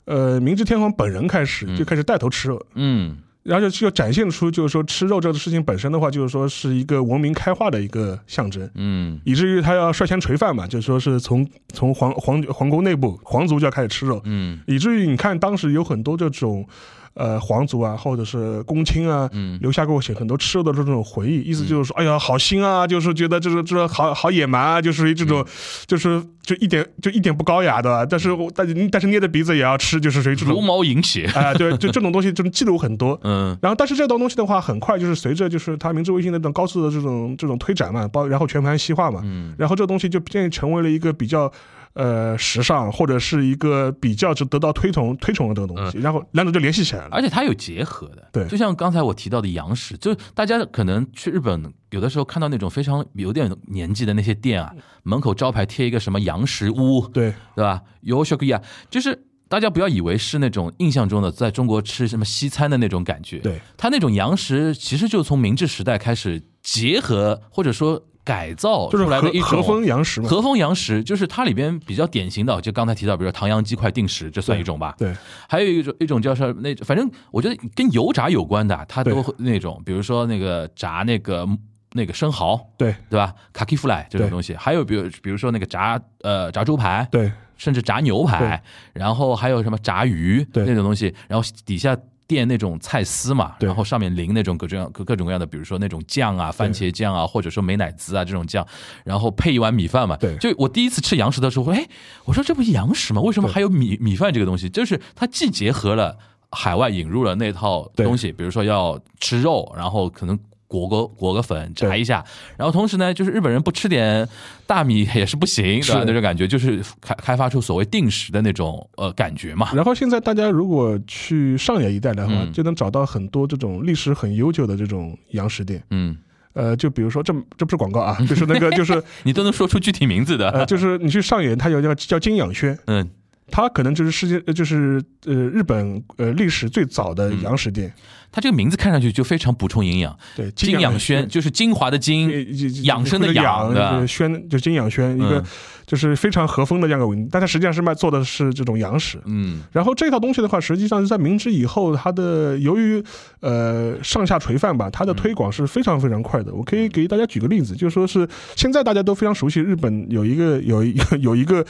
Speaker 4: 呃明治天皇本人开始
Speaker 2: 嗯
Speaker 4: 就开始带头吃肉，
Speaker 2: 嗯
Speaker 4: 然后就就展现出就是说吃肉这个事情本身的话，就是说是一个文明开化的一个象征。
Speaker 2: 嗯
Speaker 4: 以至于他要率先垂范嘛，就是说是从从皇皇皇宫内部皇族就要开始吃肉，
Speaker 2: 嗯
Speaker 4: 以至于你看当时有很多这种，呃，皇族啊，或者是公卿啊，
Speaker 2: 嗯
Speaker 4: 留下过很多吃肉的这种回忆，意思就是说，哎呀，好腥啊，就是觉得这个这个好好野蛮啊，就属于这
Speaker 2: 嗯
Speaker 4: 种，就是就一点就一点不高雅的吧，但是我但是但是捏着鼻子也要吃，就是属于这
Speaker 2: 茹
Speaker 4: 种，
Speaker 2: 毛饮血，
Speaker 4: 哎、对，就这种东西就是记录很多。
Speaker 2: 嗯
Speaker 4: 然后，但是这种东西的话，很快就是随着就是它明治维新的这种高速的这种这种推展嘛，包然后全盘西化嘛，
Speaker 2: 嗯
Speaker 4: 然后这个东西就渐渐成为了一个比较。呃时尚或者是一个比较是得到推崇推崇的这个东西，
Speaker 2: 嗯
Speaker 4: 然后两者就联系起来了。
Speaker 2: 而且它有结合的，
Speaker 4: 对
Speaker 2: 就像刚才我提到的洋食，就是大家可能去日本有的时候看到那种非常有点年纪的那些店啊，门口招牌贴一个什么洋食屋，
Speaker 4: 对，
Speaker 2: 对吧 y o s h o k u y a 啊就是大家不要以为是那种印象中的在中国吃什么西餐的那种感觉，
Speaker 4: 对，
Speaker 2: 它那种洋食其实就从明治时代开始结合或者说改造
Speaker 4: 就是
Speaker 2: 出来的一
Speaker 4: 和和
Speaker 2: 种
Speaker 4: 风洋食嘛。
Speaker 2: 和风洋食就是它里边比较典型的，就刚才提到，比如说唐扬鸡块定时，这算一种吧。
Speaker 4: 对对
Speaker 2: 还有一种一种叫是那，反正我觉得跟油炸有关的，它
Speaker 4: 对
Speaker 2: 都会那种，比如说那个炸那个那个生蚝，
Speaker 4: 对
Speaker 2: 对吧？卡基弗莱这种
Speaker 4: 对
Speaker 2: 东西，还有比如比如说那个炸呃炸猪排，
Speaker 4: 对
Speaker 2: 甚至炸牛排，然后还有什么炸鱼
Speaker 4: 对
Speaker 2: 那种东西，然后底下垫那种菜丝嘛，
Speaker 4: 对
Speaker 2: 然后上面淋那种各种各样各各种各样的，比如说那种酱啊、番茄酱啊，或者说美乃滋啊这种酱，然后配一碗米饭嘛。
Speaker 4: 对
Speaker 2: 就我第一次吃洋食的时候，哎，我说这不是洋食吗？为什么
Speaker 4: 对
Speaker 2: 还有米米饭这个东西？就是它既结合了海外引入了那套
Speaker 4: 对
Speaker 2: 东西，比如说要吃肉，然后可能。裹个裹个粉炸
Speaker 4: 对
Speaker 2: 一下，然后同时呢，就是日本人不吃点大米也是不行，对吧
Speaker 4: 是？
Speaker 2: 那种感觉就是开开发出所谓定时的那种呃感觉嘛。
Speaker 4: 然后现在大家如果去上野一带的话，
Speaker 2: 嗯
Speaker 4: 就能找到很多这种历史很悠久的这种洋食店。
Speaker 2: 嗯，
Speaker 4: 呃，就比如说这这不是广告 啊，就是那个就是
Speaker 2: 你都能说出具体名字的，
Speaker 4: 呃就是你去上野，它有一个叫金养轩，
Speaker 2: 嗯，
Speaker 4: 它可能就是世界呃就是呃日本呃历史最早的洋食店。
Speaker 2: 它这个名字看上去就非常补充营 养，
Speaker 4: 对，
Speaker 2: 嗯金
Speaker 4: 养
Speaker 2: 养轩就是精华的精，
Speaker 4: 呃
Speaker 2: 养生的养
Speaker 4: 养
Speaker 2: 对吧
Speaker 4: 就是轩，就是金养轩，一个
Speaker 2: 嗯
Speaker 4: 就是非常和风的这样一个文，但它实际上是卖做的是这种洋食。
Speaker 2: 嗯
Speaker 4: 然后这套东西的话，实际上是在明治以后，它的由于呃上下垂范吧，它的推广是非常非常快的。我可以
Speaker 2: 嗯
Speaker 4: 给大家举个例子，就说是现在大家都非常熟悉日本有一个有一个有一个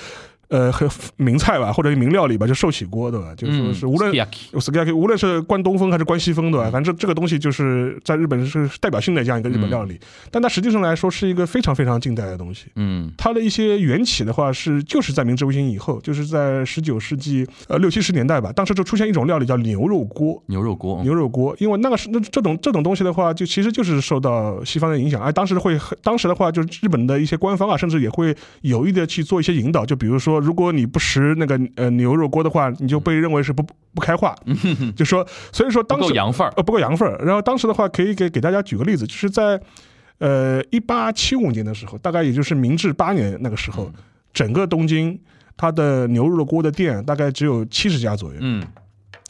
Speaker 4: 呃和名菜吧，或者名料理吧，就寿喜锅对吧？就
Speaker 2: 嗯
Speaker 4: 说是无论
Speaker 2: Sukiyaki，
Speaker 4: s k a k 无论是关东风还是关西风，对吧？反正这个东西就是在日本是代表性的这样一个日本料理，但它实际上来说是一个非常非常近代的东西。
Speaker 2: 嗯
Speaker 4: 它的一些缘起的话是，就是在明治维新以后，就是在十九世纪呃六七十年代吧，当时就出现一种料理叫牛肉锅。
Speaker 2: 牛肉锅，嗯
Speaker 4: 牛肉锅，因为那个是那这种这种东西的话，就其实就是受到西方的影响，哎而当时会很当时的话，就是日本的一些官方啊，甚至也会有意的去做一些引导，就比如说，如果你不食那个呃牛肉锅的话，你就被认为是不不开化，就说，所以说
Speaker 2: 嗯不
Speaker 4: 当
Speaker 2: 够
Speaker 4: 时
Speaker 2: 洋范儿，
Speaker 4: 呃不够洋分儿。然后当时的话，可以给给大家举个例子，就是在呃一八七五年的时候，大概也就是明治八年那个时
Speaker 2: 嗯
Speaker 4: 候，整个东京它的牛肉锅的店大概只有七十家左右，
Speaker 2: 嗯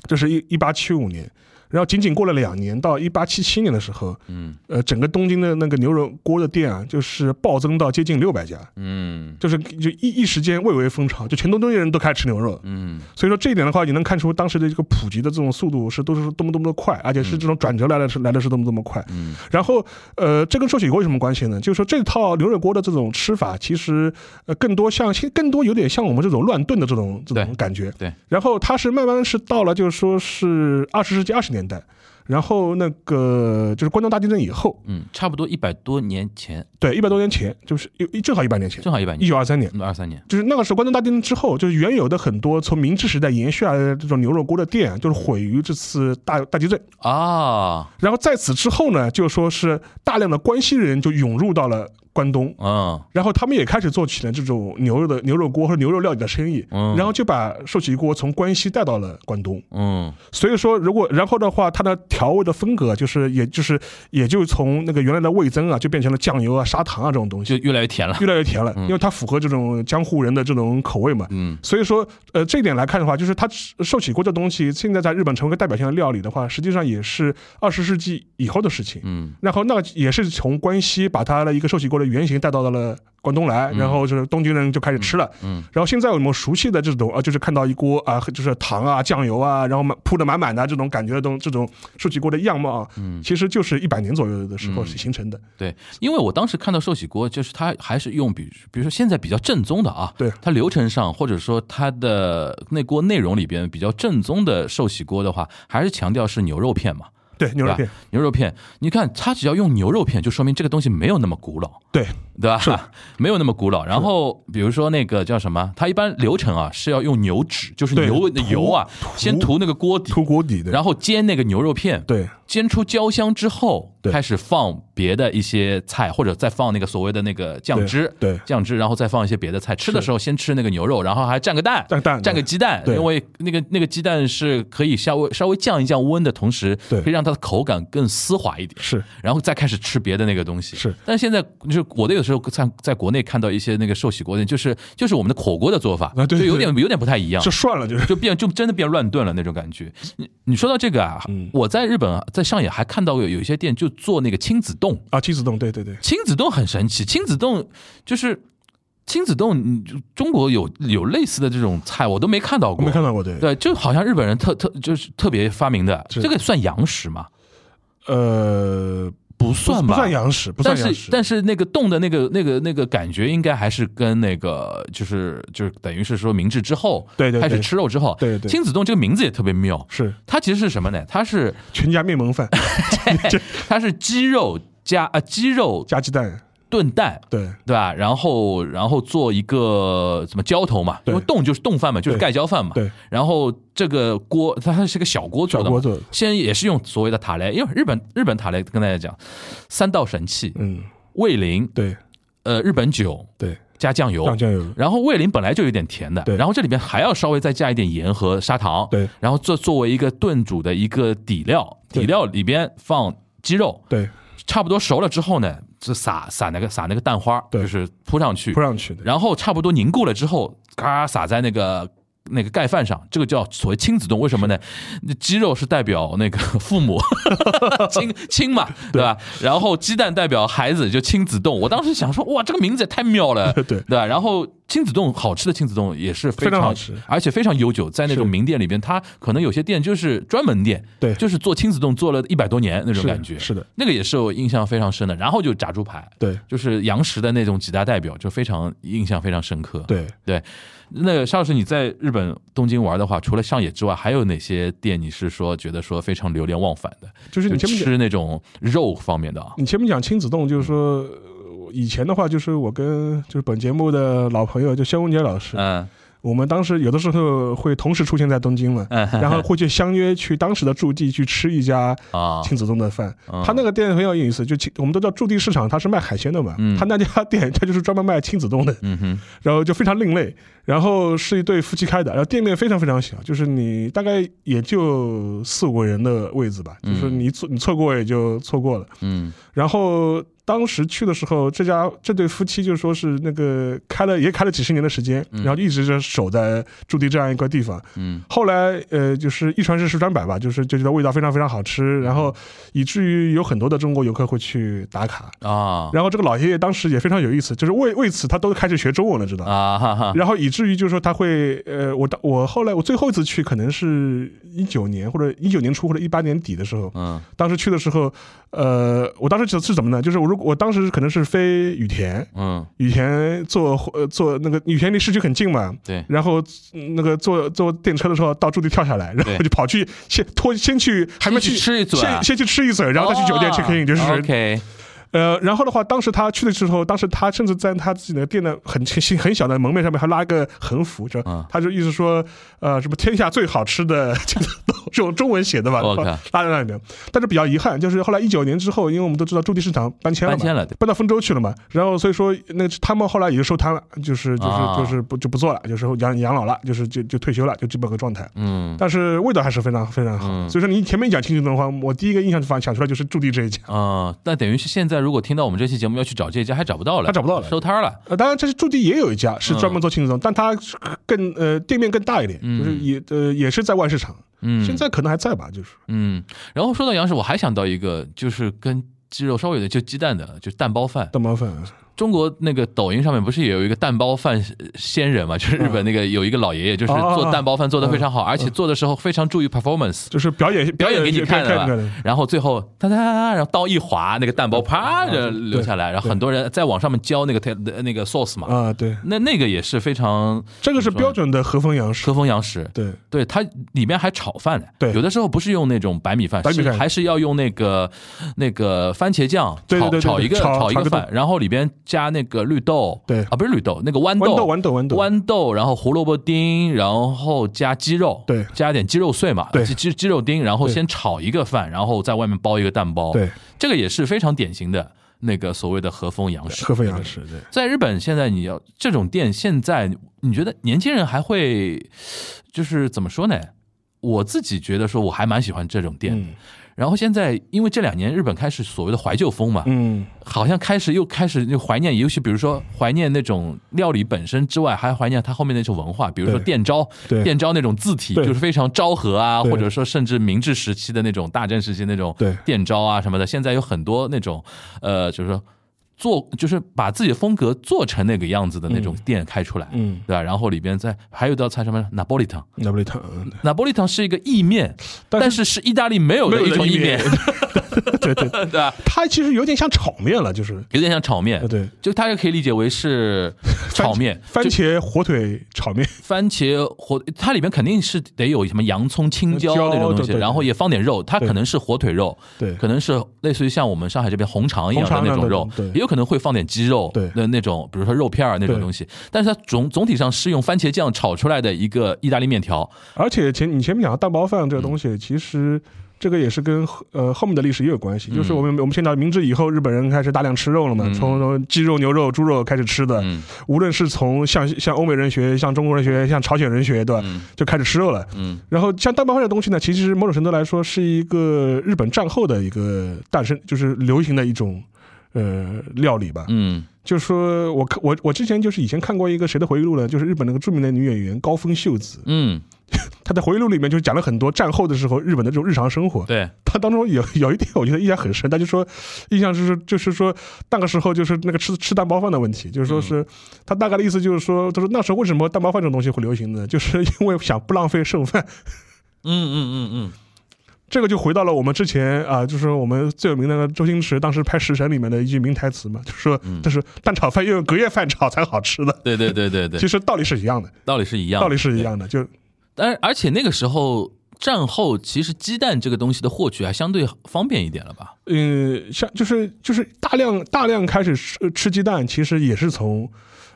Speaker 4: 这是一一八七五年。然后仅仅过了两年，到一八七七年的时候，
Speaker 2: 嗯
Speaker 4: 呃，整个东京的那个牛肉锅的店啊，就是暴增到接近六百家，
Speaker 2: 嗯
Speaker 4: 就是就一一时间蔚为风潮，就全东京人都开始吃牛肉。
Speaker 2: 嗯
Speaker 4: 所以说这一点的话，你能看出当时的这个普及的这种速度是都是多么多么的快，而且是这种转折来的是来的是多么多么快。
Speaker 2: 嗯
Speaker 4: 然后呃，这跟寿喜锅有什么关系呢？就是说这套牛肉锅的这种吃法，其实呃更多像其实更多有点像我们这种乱炖的这种这种
Speaker 2: 对
Speaker 4: 感觉。
Speaker 2: 对
Speaker 4: 然后它是慢慢是到了就是说是二十世纪二十年代。然后那个就是关东大地震以后，
Speaker 2: 嗯，差不多一百多年前，
Speaker 4: 对，一百多年前，就是一一正好一百年前，
Speaker 2: 正好一百
Speaker 4: 一
Speaker 2: 年，嗯
Speaker 4: 九二三年，
Speaker 2: 二三年，
Speaker 4: 就是那个时候关东大地震之后，就是原有的很多从明治时代延续下来的这种牛肉锅的店，就是毁于这次大大地震。
Speaker 2: 啊，
Speaker 4: 然后在此之后呢，就说是大量的关西人就涌入到了关东，
Speaker 2: 嗯
Speaker 4: 然后他们也开始做起了这种牛肉的牛肉锅和牛肉料理的生意。
Speaker 2: 嗯
Speaker 4: 然后就把寿喜锅从关西带到了关东，
Speaker 2: 嗯
Speaker 4: 所以说如果然后的话，它的调味的风格就是也就是也就从那个原来的味增啊，就变成了酱油啊、砂糖啊这种东
Speaker 2: 就
Speaker 4: 西，
Speaker 2: 越来越甜了，
Speaker 4: 越来越甜了，因为它符合这种江户人的这种口味嘛。
Speaker 2: 嗯
Speaker 4: 所以说，呃，这一点来看的话，就是它寿喜锅这东西现在在日本成为一个代表性的料理的话，实际上也是二十世纪以后的事情。
Speaker 2: 嗯
Speaker 4: 然后那个也是从关西把它的一个寿喜锅的原型带到了关东来，然后就是东京人就开始吃了。
Speaker 2: 嗯
Speaker 4: 然后现在我们熟悉的这种啊，就是看到一锅啊，就是糖啊、酱油啊，然后满铺的满满的这种感觉的东这种寿喜锅的样貌啊，
Speaker 2: 嗯。
Speaker 4: 其实就是一百年左右的时候
Speaker 2: 嗯
Speaker 4: 形成的。
Speaker 2: 对，因为我当时看到寿喜锅，就是它还是用比，比如说现在比较正宗的啊，
Speaker 4: 对
Speaker 2: 它流程上或者说它的那锅内容里边比较正宗的寿喜锅的话，还是强调是牛肉片嘛，
Speaker 4: 对，牛肉
Speaker 2: 对
Speaker 4: 片
Speaker 2: 吧，？牛肉片，你看它只要用牛肉片，就说明这个东西没有那么古老，
Speaker 4: 对
Speaker 2: 对吧？ 没有那么古老。然后比如说那个叫什么，它一般流程啊是要用牛脂，就是
Speaker 4: 对
Speaker 2: 牛的
Speaker 4: 涂
Speaker 2: 油啊，
Speaker 4: 涂
Speaker 2: 先涂那个锅底，
Speaker 4: 涂锅底的。
Speaker 2: 然后煎那个牛肉片，
Speaker 4: 对
Speaker 2: 煎出焦香之后，
Speaker 4: 对
Speaker 2: 开始放别的一些菜，或者再放那个所谓的那个酱汁，
Speaker 4: 对对
Speaker 2: 酱汁，然后再放一些别的菜。吃的时候先吃那个牛肉，然后还蘸个蛋，
Speaker 4: 蘸个蛋
Speaker 2: 蘸个鸡蛋，
Speaker 4: 对
Speaker 2: 因为那个那个鸡蛋是可以稍微稍微降一降温的同时，
Speaker 4: 对
Speaker 2: 可以让它的口感更丝滑一点。
Speaker 4: 是
Speaker 2: 然后再开始吃别的那个东西。
Speaker 4: 是，
Speaker 2: 但是现在就是我的有时候在在国内看到一些那个寿喜锅店，就是就是我们的火锅的做法，
Speaker 4: 啊对
Speaker 2: 就有
Speaker 4: 对
Speaker 2: 点有点不太一样
Speaker 4: 就。涮了，就是
Speaker 2: 就变就真的变乱炖了那种感觉。你你说到这个啊，
Speaker 4: 嗯
Speaker 2: 我在日本啊，在上野还看到有有一些店就做那个亲子冻，
Speaker 4: 啊，亲子冻，对对对，
Speaker 2: 亲子冻很神奇，亲子冻就是亲子冻，你就中国有有类似的这种菜我都没看到
Speaker 4: 我
Speaker 2: 过
Speaker 4: 没。看到过，对，
Speaker 2: 对，就好像日本人特特就是特别发明的，
Speaker 4: 是
Speaker 2: 这个算洋食吗？
Speaker 4: 呃，
Speaker 2: 不算吧，
Speaker 4: 不算洋食，不算
Speaker 2: 但
Speaker 4: 洋
Speaker 2: 是
Speaker 4: 食，
Speaker 2: 但
Speaker 4: 是
Speaker 2: 是那个冻的那个那个那个感觉，应该还是跟那个就是就是等于是说明治之后，
Speaker 4: 对对对
Speaker 2: 开始吃肉之后，
Speaker 4: 对对
Speaker 2: 亲子冻这个名字也特别妙，
Speaker 4: 是
Speaker 2: 它其实是什么呢？它是
Speaker 4: 全家面 蒙饭
Speaker 2: 它是鸡肉加啊鸡肉
Speaker 4: 加鸡蛋，
Speaker 2: 炖蛋。
Speaker 4: 对
Speaker 2: 对吧？然后，然后做一个什么浇头嘛？
Speaker 4: 对
Speaker 2: 因为冻就是冻饭嘛，就是
Speaker 4: 对
Speaker 2: 盖浇饭嘛。
Speaker 4: 对，
Speaker 2: 然后这个锅，它是个小锅做的嘛，
Speaker 4: 小锅做的
Speaker 2: 先也是用所谓的塔雷，因为日本日本塔雷跟大家讲，三道神器：
Speaker 4: 嗯，
Speaker 2: 味淋、
Speaker 4: 对
Speaker 2: 呃日本酒
Speaker 4: 对，
Speaker 2: 加酱油，
Speaker 4: 酱酱油
Speaker 2: 然后味淋本来就有点甜的，
Speaker 4: 对
Speaker 2: 然后这里边还要稍微再加一点盐和砂糖，
Speaker 4: 对
Speaker 2: 然后作作为一个炖煮的一个底料，
Speaker 4: 对
Speaker 2: 底料里边放鸡肉，
Speaker 4: 对
Speaker 2: 差不多熟了之后呢，就撒撒那个撒那个蛋花，
Speaker 4: 对
Speaker 2: 就是铺上去
Speaker 4: 铺，上去的，
Speaker 2: 然后差不多凝固了之后，嘎撒在那个。那个盖饭上，这个叫所谓亲子冻，为什么呢？那鸡肉是代表那个 父母亲亲嘛，对吧？然后鸡蛋代表孩子，就亲子冻。我当时想说，哇，这个名字也太妙了，
Speaker 4: 对
Speaker 2: 对吧？然后亲子冻好吃的亲子冻也是非
Speaker 4: 非常好吃
Speaker 2: 而且非常悠久，在那种
Speaker 4: 是
Speaker 2: 名店里边，它可能有些店就是专门店，
Speaker 4: 对
Speaker 2: 就是做亲子冻做了一百多年那种
Speaker 4: 是
Speaker 2: 感觉，
Speaker 4: 是的，
Speaker 2: 那个也是我印象非常深的。然后就炸猪排，
Speaker 4: 对
Speaker 2: 就是洋食的那种几大代表，就非常印象非常深刻。
Speaker 4: 对，
Speaker 2: 对，那个沙老师，你在日本东京玩的话，除了上野之外，还有哪些店你是说觉得说非常流连忘返的？
Speaker 4: 就是你前面讲
Speaker 2: 吃那种肉方面的啊？
Speaker 4: 你前面讲亲子冻，就是说。呃
Speaker 2: 嗯
Speaker 4: 以前的话，就是我跟就是本节目的老朋友，就肖文杰老师，
Speaker 2: 嗯
Speaker 4: 我们当时有的时候会同时出现在东京嘛，
Speaker 2: 嗯
Speaker 4: 然后会去相约去当时的驻地去吃一家
Speaker 2: 啊，
Speaker 4: 亲子冻的饭。
Speaker 2: 嗯
Speaker 4: 他那个店很有意思，就亲我们都知道驻地市场它是卖海鲜的嘛，
Speaker 2: 嗯
Speaker 4: 他那家店他就是专门卖亲子冻的，
Speaker 2: 嗯哼，
Speaker 4: 然后就非常另类。然后是一对夫妻开的，然后店面非常非常小，就是你大概也就四五个人的位置吧，就
Speaker 2: 嗯
Speaker 4: 是你错你错过也就错过了。
Speaker 2: 嗯
Speaker 4: 然后当时去的时候，这家这对夫妻就说是那个开了也开了几十年的时间，然后一直就守在驻地这样一块地方。
Speaker 2: 嗯
Speaker 4: 后来呃，就是一传十，十传百吧，就是就觉得味道非常非常好
Speaker 2: 嗯
Speaker 4: 吃，然后以至于有很多的中国游客会去打卡。
Speaker 2: 啊
Speaker 4: 然后这个老爷爷当时也非常有意思，就是为为此他都开始学中文了，知道吧。
Speaker 2: 啊哈哈，
Speaker 4: 然后以至于就是说他会，呃，我当我后来我最后一次去可能是一九年或者一九年初或者一八年底的时候，
Speaker 2: 嗯
Speaker 4: 当时去的时候，呃，我当时是是怎么呢？就是我如果我当时可能是飞羽田，
Speaker 2: 嗯
Speaker 4: 羽田坐呃坐那个羽田离市区很近嘛，
Speaker 2: 对
Speaker 4: 然后嗯那个坐坐电车的时候到驻地跳下来，然后
Speaker 2: 对
Speaker 4: 就跑去先拖先去还没
Speaker 2: 先去吃一嘴啊哦
Speaker 4: 先先去吃一嘴，然后再去酒店 check in，、就是
Speaker 2: OK
Speaker 4: 呃，然后的话，当时他去的时候，当时他甚至在他自己的店的很很很小的门面上面还拉一个横幅，就、
Speaker 2: 嗯
Speaker 4: 他就意思说，呃，什么天下最好吃的 这个都是用中文写的吧，
Speaker 2: 我靠
Speaker 4: 拉在那里面。但是比较遗憾，就是后来一九年之后，因为我们都知道驻地市场搬迁了
Speaker 2: 搬
Speaker 4: 嘛，
Speaker 2: 迁了，对
Speaker 4: 搬到丰州去了嘛，然后所以说那个他们后来也就收摊了，就是就是、
Speaker 2: 啊
Speaker 4: 就是不就不做了，就是养养老了，就是就就退休了，就这么个状态。
Speaker 2: 嗯
Speaker 4: 但是味道还是非常非常好，
Speaker 2: 嗯
Speaker 4: 所以说你前面讲清楚的话，我第一个印象就反想出来就是驻地这一家。
Speaker 2: 啊，那等于是现在如果听到我们这期节目要去找这家，还找不到了，
Speaker 4: 还找不到了
Speaker 2: 收摊儿了。
Speaker 4: 呃，当然，这是驻地也有一家是专门做亲子冻，但它是更呃店面更大一点，
Speaker 2: 嗯
Speaker 4: 就是也呃也是在外市场，
Speaker 2: 嗯，
Speaker 4: 现在可能还在吧，就是
Speaker 2: 嗯，然后说到洋食，我还想到一个，就是跟鸡肉稍微有点就鸡蛋的，就蛋包饭。
Speaker 4: 蛋包饭，
Speaker 2: 中国那个抖音上面不是也有一个蛋包饭呃仙人嘛？就是日本那个有一个老爷爷，就是做蛋包饭做的非常好，而且做的时候非常注意 performance。
Speaker 4: 就是表演
Speaker 2: 表演给你看
Speaker 4: 看
Speaker 2: 的吧
Speaker 4: 看，
Speaker 2: 然后最后哒哒哒，然后刀一划，那个蛋包啪就流下来，然后很多人在往上面浇那个 ta- 呃那个 sauce 嘛，
Speaker 4: 啊、对，
Speaker 2: 那那个也是非常
Speaker 4: 这个是标准的和风洋食
Speaker 2: 和，风洋食，
Speaker 4: 对
Speaker 2: 对，它里面还炒饭呢。
Speaker 4: 对
Speaker 2: 有的时候不是用那种白米饭，
Speaker 4: 白米
Speaker 2: 是
Speaker 4: 饭
Speaker 2: 还是要用那个那个番茄酱
Speaker 4: 对
Speaker 2: 炒
Speaker 4: 对对对
Speaker 2: 炒一个
Speaker 4: 炒
Speaker 2: 炒一
Speaker 4: 炒
Speaker 2: 个
Speaker 4: 个
Speaker 2: 饭，然后里边加那个绿豆，
Speaker 4: 对
Speaker 2: 啊，不是绿豆，那个豌
Speaker 4: 豌豆
Speaker 2: 豆，
Speaker 4: 豌豆豌豆
Speaker 2: 豌豆，然后胡萝卜丁，然后加鸡肉，
Speaker 4: 对
Speaker 2: 加点鸡肉碎嘛，
Speaker 4: 对
Speaker 2: 鸡鸡鸡肉丁，然后
Speaker 4: 对
Speaker 2: 先炒一个饭，然后在外面包一个蛋包，
Speaker 4: 对，
Speaker 2: 这个也是非常典型的那个所谓的和风洋食。
Speaker 4: 喝肥羊吃，对。
Speaker 2: 在日本，现在你要这种店，现在你觉得年轻人还会，就是怎么说呢？我自己觉得说，我还蛮喜欢这种店的。
Speaker 4: 嗯
Speaker 2: 然后现在，因为这两年日本开始所谓的怀旧风嘛，
Speaker 4: 嗯，
Speaker 2: 好像开始又开始就怀念，尤其比如说怀念那种料理本身之外，还怀念它后面那种文化，比如说
Speaker 4: 对
Speaker 2: 电招
Speaker 4: 对，
Speaker 2: 电招那种字体
Speaker 4: 对
Speaker 2: 就是非常昭和啊，
Speaker 4: 对
Speaker 2: 或者说甚至明治时期的那种大正时期那种
Speaker 4: 对
Speaker 2: 电招啊什么的，现在有很多那种呃，就是说做就是把自己的风格做成那个样子的那种店开出来，
Speaker 4: 嗯
Speaker 2: 对吧？然后里边再还有一道菜什么拿玻璃汤，
Speaker 4: 那不里汤，嗯
Speaker 2: 拿玻璃汤是一个意面，
Speaker 4: 但是
Speaker 2: 但是是意大利没有的
Speaker 4: 没有
Speaker 2: 一
Speaker 4: 的
Speaker 2: 种
Speaker 4: 意
Speaker 2: 意面
Speaker 4: 面，对对，
Speaker 2: 对吧？
Speaker 4: 它其实有点像炒面了，就是
Speaker 2: 有点像炒面
Speaker 4: 啊，，对，
Speaker 2: 就大家可以理解为是炒面，
Speaker 4: 番
Speaker 2: 就
Speaker 4: 茄火腿炒面，
Speaker 2: 番茄火，它里面肯定是得有什么洋葱、青椒
Speaker 4: 呃椒
Speaker 2: 那种东
Speaker 4: 对
Speaker 2: 西，
Speaker 4: 对对
Speaker 2: 然后也放点肉，它
Speaker 4: 对
Speaker 2: 可能是火腿肉，
Speaker 4: 对
Speaker 2: 可能是类似于像我们上海这边红肠一样的
Speaker 4: 红肠
Speaker 2: 那种
Speaker 4: 那
Speaker 2: 肉
Speaker 4: 种对，
Speaker 2: 也有可能会放点鸡肉，
Speaker 4: 对
Speaker 2: 那那种比如说肉片儿那种
Speaker 4: 对
Speaker 2: 东西，但是它总总体上是用番茄酱炒出来的一个意大利面条，
Speaker 4: 而且前你前面讲到蛋包饭这个东西，
Speaker 2: 嗯
Speaker 4: 其实这个也是跟后呃后面的历史也有关
Speaker 2: 嗯
Speaker 4: 系。就是我们我们先讲明治以后，日本人开始大量吃肉了嘛，从从鸡肉、牛肉、猪肉开始吃的。
Speaker 2: 嗯
Speaker 4: 无论是从向向欧美人学、向中国人学、向朝鲜人学，对吧？
Speaker 2: 嗯
Speaker 4: 就开始吃肉了。
Speaker 2: 嗯
Speaker 4: 然后像蛋包饭这东西呢，其实某种程度来说是一个日本战后的一个诞生，就是流行的一种呃料理吧。
Speaker 2: 嗯
Speaker 4: 就是说我看我我之前就是以前看过一个谁的回忆录呢，就是日本那个著名的女演员高峰秀子，
Speaker 2: 嗯，
Speaker 4: 她在回忆录里面就讲了很多战后的时候日本的这种日常生活。
Speaker 2: 嗯对，
Speaker 4: 她当中有有一点我觉得印象很深，她就说印象就是就是说那个时候就是那个吃吃蛋包饭的问题，就是说是她大概的意思就是说，她说那时候为什么蛋包饭这种东西会流行呢？就是因为想不浪费剩饭。
Speaker 2: 嗯嗯嗯嗯，
Speaker 4: 这个就回到了我们之前啊，就是我们最有名的那个周星驰当时拍《食神》里面的一句名台词嘛，就是说，但是蛋炒饭要用隔夜饭炒才好吃的。
Speaker 2: 对对对对对
Speaker 4: 其，实道理是一样的，
Speaker 2: 道理是一样的，
Speaker 4: 道理是一样的，就
Speaker 2: 但而且那个时候战后，其实鸡蛋这个东西的获取还相对方便一点了吧？
Speaker 4: 嗯，像就是就是大量大量开始吃呃吃鸡蛋，其实也是从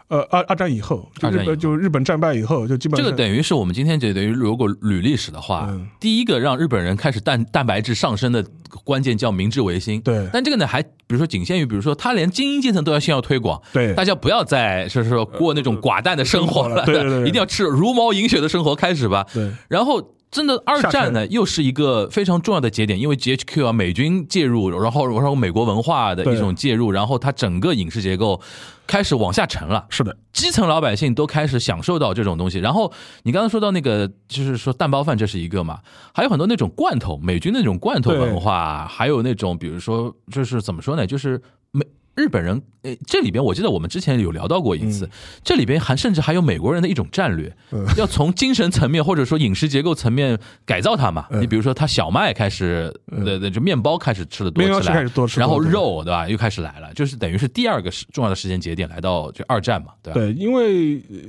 Speaker 4: 呃二二战以后，就
Speaker 2: 二
Speaker 4: 日
Speaker 2: 战以后
Speaker 4: 本就日本战败以后，就基本
Speaker 2: 这
Speaker 4: 上
Speaker 2: 个等于是我们今天就等于如果捋历史的话，
Speaker 4: 嗯
Speaker 2: 第一个让日本人开始蛋蛋白质上升的关键叫明治维新。
Speaker 4: 对
Speaker 2: 但这个呢还比如说仅限于，比如说他连精英阶层都要先要推广，
Speaker 4: 对
Speaker 2: 大家不要再就是说过那种寡淡的生活
Speaker 4: 生活了对对对 对
Speaker 2: 一定要吃茹毛饮血的生活开始吧。
Speaker 4: 对
Speaker 2: 然后。真的，二
Speaker 4: 下沉
Speaker 2: 战呢又是一个非常重要的节点，因为 GHQ 啊，美军介入，然后然后美国文化的
Speaker 4: 对
Speaker 2: 一种介入，然后它整个影视结构开始往下沉了。
Speaker 4: 是的，
Speaker 2: 基层老百姓都开始享受到这种东西。然后你刚刚说到那个，就是说蛋包饭，这是一个嘛，还有很多那种罐头，美军那种罐头文化，还有那种比如说就是怎么说呢，就是美。日本人，呃，这里边我记得我们之前有聊到过一
Speaker 4: 嗯
Speaker 2: 次，这里边还甚至还有美国人的一种战略，要从精神层面或者说饮食结构层面改造它
Speaker 4: 嗯
Speaker 2: 嘛。你比如说，他小麦开始，呃，就面包开始吃的多
Speaker 4: 面包
Speaker 2: 起来，
Speaker 4: 是开始多吃
Speaker 2: 然后
Speaker 4: 多对
Speaker 2: 肉对吧，又开始来了，就是等于是第二个时重要的时间节点来到就二战嘛，对啊吧？
Speaker 4: 对，因为呃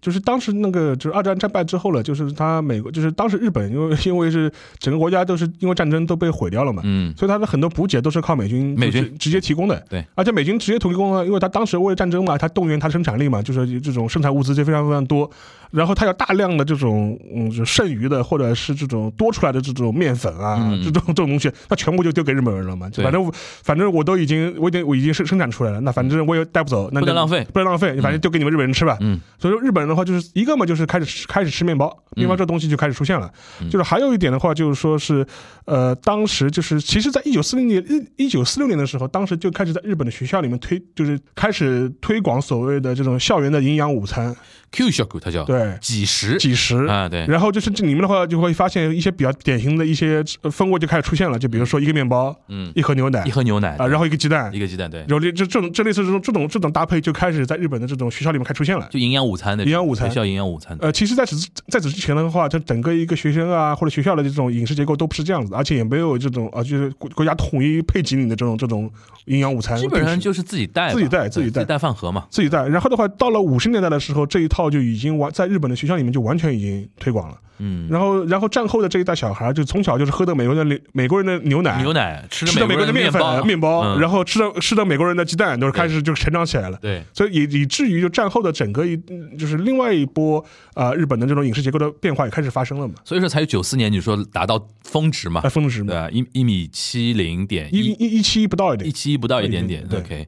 Speaker 4: 就是当时那个就是二战战败之后了，就是他美国就是当时日本因为因为是整个国家都是因为战争都被毁掉了嘛，
Speaker 2: 嗯
Speaker 4: 所以他的很多补给都是靠美军
Speaker 2: 美军
Speaker 4: 直直接提供的，
Speaker 2: 对，
Speaker 4: 而且美军直接提供了，因为他当时为了战争嘛，他动员他生产力嘛，就是这种生产物资就非常非常多，然后他有大量的这种嗯就剩余的或者是这种多出来的这种面粉啊，
Speaker 2: 嗯
Speaker 4: 这种这种东西，那全部就丢给日本人了嘛，
Speaker 2: 对
Speaker 4: 反正反正我都已经我已经我已经生生产出来了，那反正我也带不走，那
Speaker 2: 嗯不能
Speaker 4: 就
Speaker 2: 浪费
Speaker 4: 不能浪费，反正就给你们日本人吃吧，
Speaker 2: 嗯
Speaker 4: 所以说日本人的话，就是一个嘛，就是开始吃开始吃面包，
Speaker 2: 嗯
Speaker 4: 面包这东西就开始出现了。就是还有一点的话，就是说是，呃，当时就是其实，在一九四零年一九四六年的时候，当时就开始在日本的学校里面推，就是开始推广所谓的这种校园的营养午餐，
Speaker 2: ，Q shock 它叫
Speaker 4: 对
Speaker 2: 几十
Speaker 4: 几十
Speaker 2: 哦啊，对，
Speaker 4: 然后就是这里面的话，就会发现一些比较典型的一些呃风味就开始出现了，就比如说一个面包，
Speaker 2: 嗯，
Speaker 4: 一盒牛奶
Speaker 2: 一盒牛奶
Speaker 4: 啊，然后一个鸡蛋
Speaker 2: 一，个鸡蛋，对
Speaker 4: 然，后这这种这类似这种这种这种搭配就开始在日本的这种学校里面开始出现了。
Speaker 2: 就营养午餐那种
Speaker 4: 营养午餐
Speaker 2: 学校营养午餐，
Speaker 4: 呃，其实在此之在此之前的话，就整个一个学生啊或者学校的这种饮食结构都不是这样子的，而且也没有这种啊，就是国国家统一配给你的这种这种营养午餐，
Speaker 2: 基本上
Speaker 4: 定时
Speaker 2: 就是自己带吧，
Speaker 4: 呃自己带
Speaker 2: 对
Speaker 4: 自己带
Speaker 2: 带饭盒嘛，
Speaker 4: 自己带。然后的话，到了五十年代的时候，这一套就已经完在日本的学校里面就完全已经推广了。
Speaker 2: 嗯，
Speaker 4: 然后，然后战后的这一代小孩儿就从小就是喝的美国的牛美国人的牛奶，
Speaker 2: 牛奶吃
Speaker 4: 哎吃的美
Speaker 2: 国
Speaker 4: 国人的
Speaker 2: 面
Speaker 4: 粉、面包，
Speaker 2: 嗯
Speaker 4: 然后吃的吃的美国人的鸡蛋，都是开
Speaker 2: 对
Speaker 4: 始就成长起来了。
Speaker 2: 对，
Speaker 4: 所以以以至于就战后的整个一嗯就是另外一波啊、呃日本的这种影视结构的变化也开始发生了嘛，
Speaker 2: 所以说才有九四年你说达到峰值嘛
Speaker 4: 啊、，峰值
Speaker 2: 对
Speaker 4: 嘛，
Speaker 2: 啊，一一米七零点
Speaker 4: 一
Speaker 2: 一，
Speaker 4: 一一七不到一点
Speaker 2: 一，七一不到一点
Speaker 4: 一
Speaker 2: 点
Speaker 4: 点点
Speaker 2: ，OK。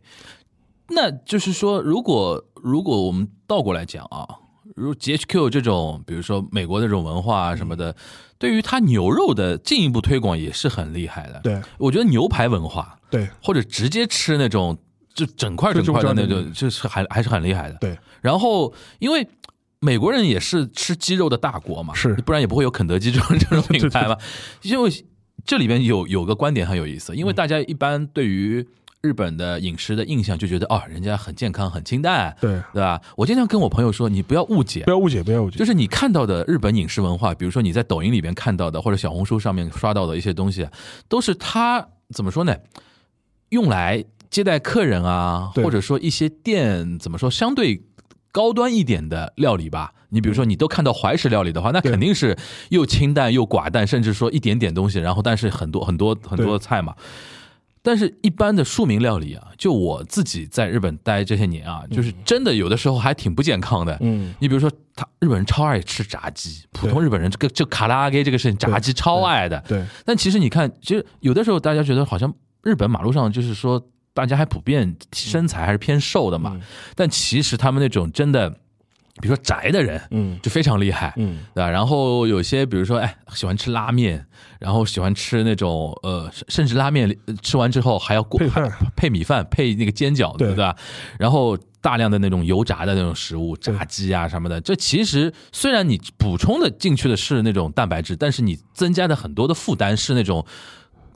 Speaker 2: 那就是说，如果如果我们倒过来讲啊，如 GHQ 这种，比如说美国的这种文化啊什么的，
Speaker 4: 嗯
Speaker 2: 对于它牛肉的进一步推广也是很厉害的。，
Speaker 4: 对
Speaker 2: 我觉得牛排文化
Speaker 4: 对
Speaker 2: 或者直接吃那种就整块
Speaker 4: 就
Speaker 2: 整块的
Speaker 4: 就
Speaker 2: 那
Speaker 4: 就
Speaker 2: 种，就是还还是很厉害的。
Speaker 4: 对，
Speaker 2: 然后因为。美国人也是吃鸡肉的大国嘛，
Speaker 4: 是
Speaker 2: 不然也不会有肯德基这种这种品
Speaker 4: 对
Speaker 2: 牌嘛。因为这里边有有个观点很有意思，因为大家一般对于日本的饮食的印象就觉得，哦，人家很健康、很清淡，
Speaker 4: 对，
Speaker 2: 对吧？我经常跟我朋友说，你不要误解
Speaker 4: 不，要误解，不要误解，
Speaker 2: 就是你看到的日本饮食文化，比如说你在抖音里边看到的，或者小红书上面刷到的一些东西，啊都是它怎么说呢？用来接待客人啊，
Speaker 4: 对
Speaker 2: 或者说一些店怎么说相对。高端一点的料理吧，你比如说你都看到怀石料理的话，那
Speaker 4: 嗯对
Speaker 2: 肯定是又清淡又寡淡，甚至说一点点东西，然后但是很多很多很多
Speaker 4: 对
Speaker 2: 菜嘛。但是，一般的庶民料理啊，就我自己在日本待这些年啊，就是真的有的时候还挺不健康的。
Speaker 4: 嗯，
Speaker 2: 你比如说，他日本人超爱吃炸鸡，普
Speaker 4: 对
Speaker 2: 通日本人这个就卡拉 OK 这个事情，炸鸡超爱的。
Speaker 4: 对
Speaker 2: 但其实你看，其实有的时候大家觉得好像日本马路上就是说大家还普遍身材还是偏瘦的嘛，
Speaker 4: 嗯
Speaker 2: 但其实他们那种真的，比如说宅的人，
Speaker 4: 嗯
Speaker 2: 就非常厉害。
Speaker 4: 嗯，
Speaker 2: 对吧？然后有些，比如说，哎，喜欢吃拉面，然后喜欢吃那种，呃，甚甚至拉面里呃吃完之后还要过
Speaker 4: 配饭
Speaker 2: 还配米饭，配那个煎饺子，
Speaker 4: 对
Speaker 2: 对吧？然后大量的那种油炸的那种食物，
Speaker 4: 对
Speaker 2: 炸鸡啊什么的。这其实虽然你补充的进去的是那种蛋白质，但是你增加的很多的负担是那种。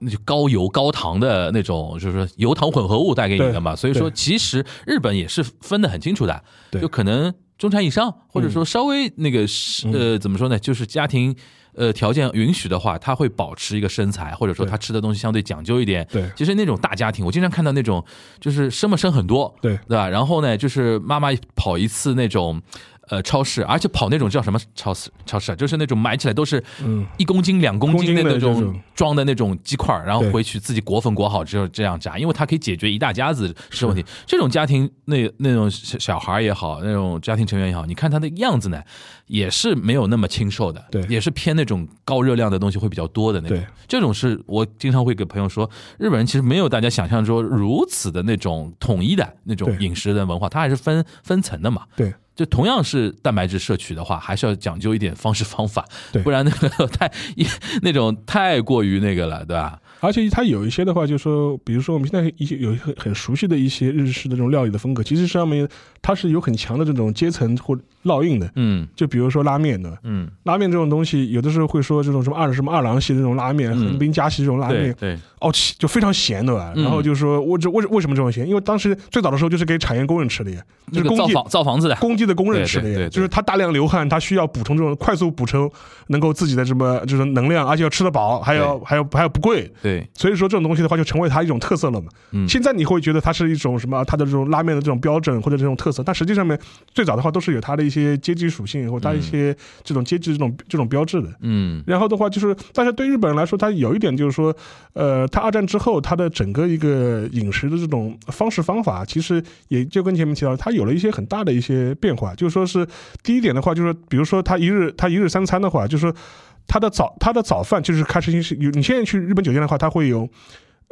Speaker 2: 那就高油高糖的那种，就是说油糖混合物带给你的嘛，所以说
Speaker 4: 对
Speaker 2: 其实日本也是分得很清楚的，
Speaker 4: 嗯对
Speaker 2: 就可能中产以上，或者说稍微那个是、
Speaker 4: 嗯
Speaker 2: 呃怎么说呢，就是家庭呃条件允许的话，他会保持一个身材，或者说
Speaker 4: 对
Speaker 2: 他吃的东西相对讲究一点。
Speaker 4: 对
Speaker 2: 其实那种大家庭，我经常看到那种就是生嘛生很多，
Speaker 4: 对
Speaker 2: 对吧？然后呢，就是妈妈跑一次那种。呃，超市，而且跑那种叫什么超市？超市啊就是那种买起来都是
Speaker 4: 嗯
Speaker 2: 一公斤、两公
Speaker 4: 公斤
Speaker 2: 的
Speaker 4: 的
Speaker 2: 那
Speaker 4: 这
Speaker 2: 种
Speaker 4: 种
Speaker 2: 装的那种鸡块儿，然后
Speaker 4: 对
Speaker 2: 回去自己裹粉裹好之后这样炸，因为它可以解决一大家子吃问题。这种家庭那那种小小孩儿也好，那种家庭成员也好，你看他的样子呢，也是没有那么清瘦的，
Speaker 4: 对
Speaker 2: 也是偏那种高热量的东西会比较多的那种
Speaker 4: 对。
Speaker 2: 这种是我经常会给朋友说，日本人其实没有大家想象说如此的那种统一的那种
Speaker 4: 对
Speaker 2: 饮食的文化，它还是分分层的嘛。
Speaker 4: 对，
Speaker 2: 就同样是蛋白质摄取的话，还是要讲究一点方式方法，
Speaker 4: 对
Speaker 2: 不然那个太 一那种太过于那个了，对吧？
Speaker 4: 而且它有一些的话，就是说，比如说我们现在一些有一些很很熟悉的一些日式的这种料理的风格，其实上面它是有很强的这种阶层或烙印的。
Speaker 2: 嗯
Speaker 4: 就比如说拉面的，
Speaker 2: 嗯，
Speaker 4: 拉面这种东西，有的时候会说这种什么二什么二郎系的这种拉面，
Speaker 2: 嗯
Speaker 4: 横滨加系这种拉
Speaker 2: 对
Speaker 4: 面，
Speaker 2: 对，
Speaker 4: 哦，其就非常咸对吧？
Speaker 2: 嗯
Speaker 4: 然后就说，我这为为什么这么咸？因为当时最早的时候就是给产业工人吃的呀，就
Speaker 2: 那
Speaker 4: 是
Speaker 2: 个
Speaker 4: 工
Speaker 2: 造
Speaker 4: 地
Speaker 2: 房造房子的，
Speaker 4: 工地的工人吃的
Speaker 2: 对对对
Speaker 4: 呀，就是他大量流汗，他需要补充这种快速补充能够自己的什么就是能量，而且要吃得饱，还要还要还要不贵。
Speaker 2: 对，
Speaker 4: 所以说这种东西的话，就成为它一种特色了嘛。
Speaker 2: 嗯
Speaker 4: 现在你会觉得它是一种什么？它的这种拉面的这种标准或者这种特色，但实际上面最早的话都是有它的一些阶级属性或它一些这种阶级这种这种标志的。
Speaker 2: 嗯
Speaker 4: 然后的话就是，但是对日本人来说，它有一点就是说，呃，它二战之后，它的整个一个饮食的这种方式方法，其实也就跟前面提到，它有了一些很大的一些变化。就是说是第一点的话，就是说比如说它一日它一日三餐的话，就是说它的早它的早饭就是开始是有，你现在去日本酒店的话，它会有，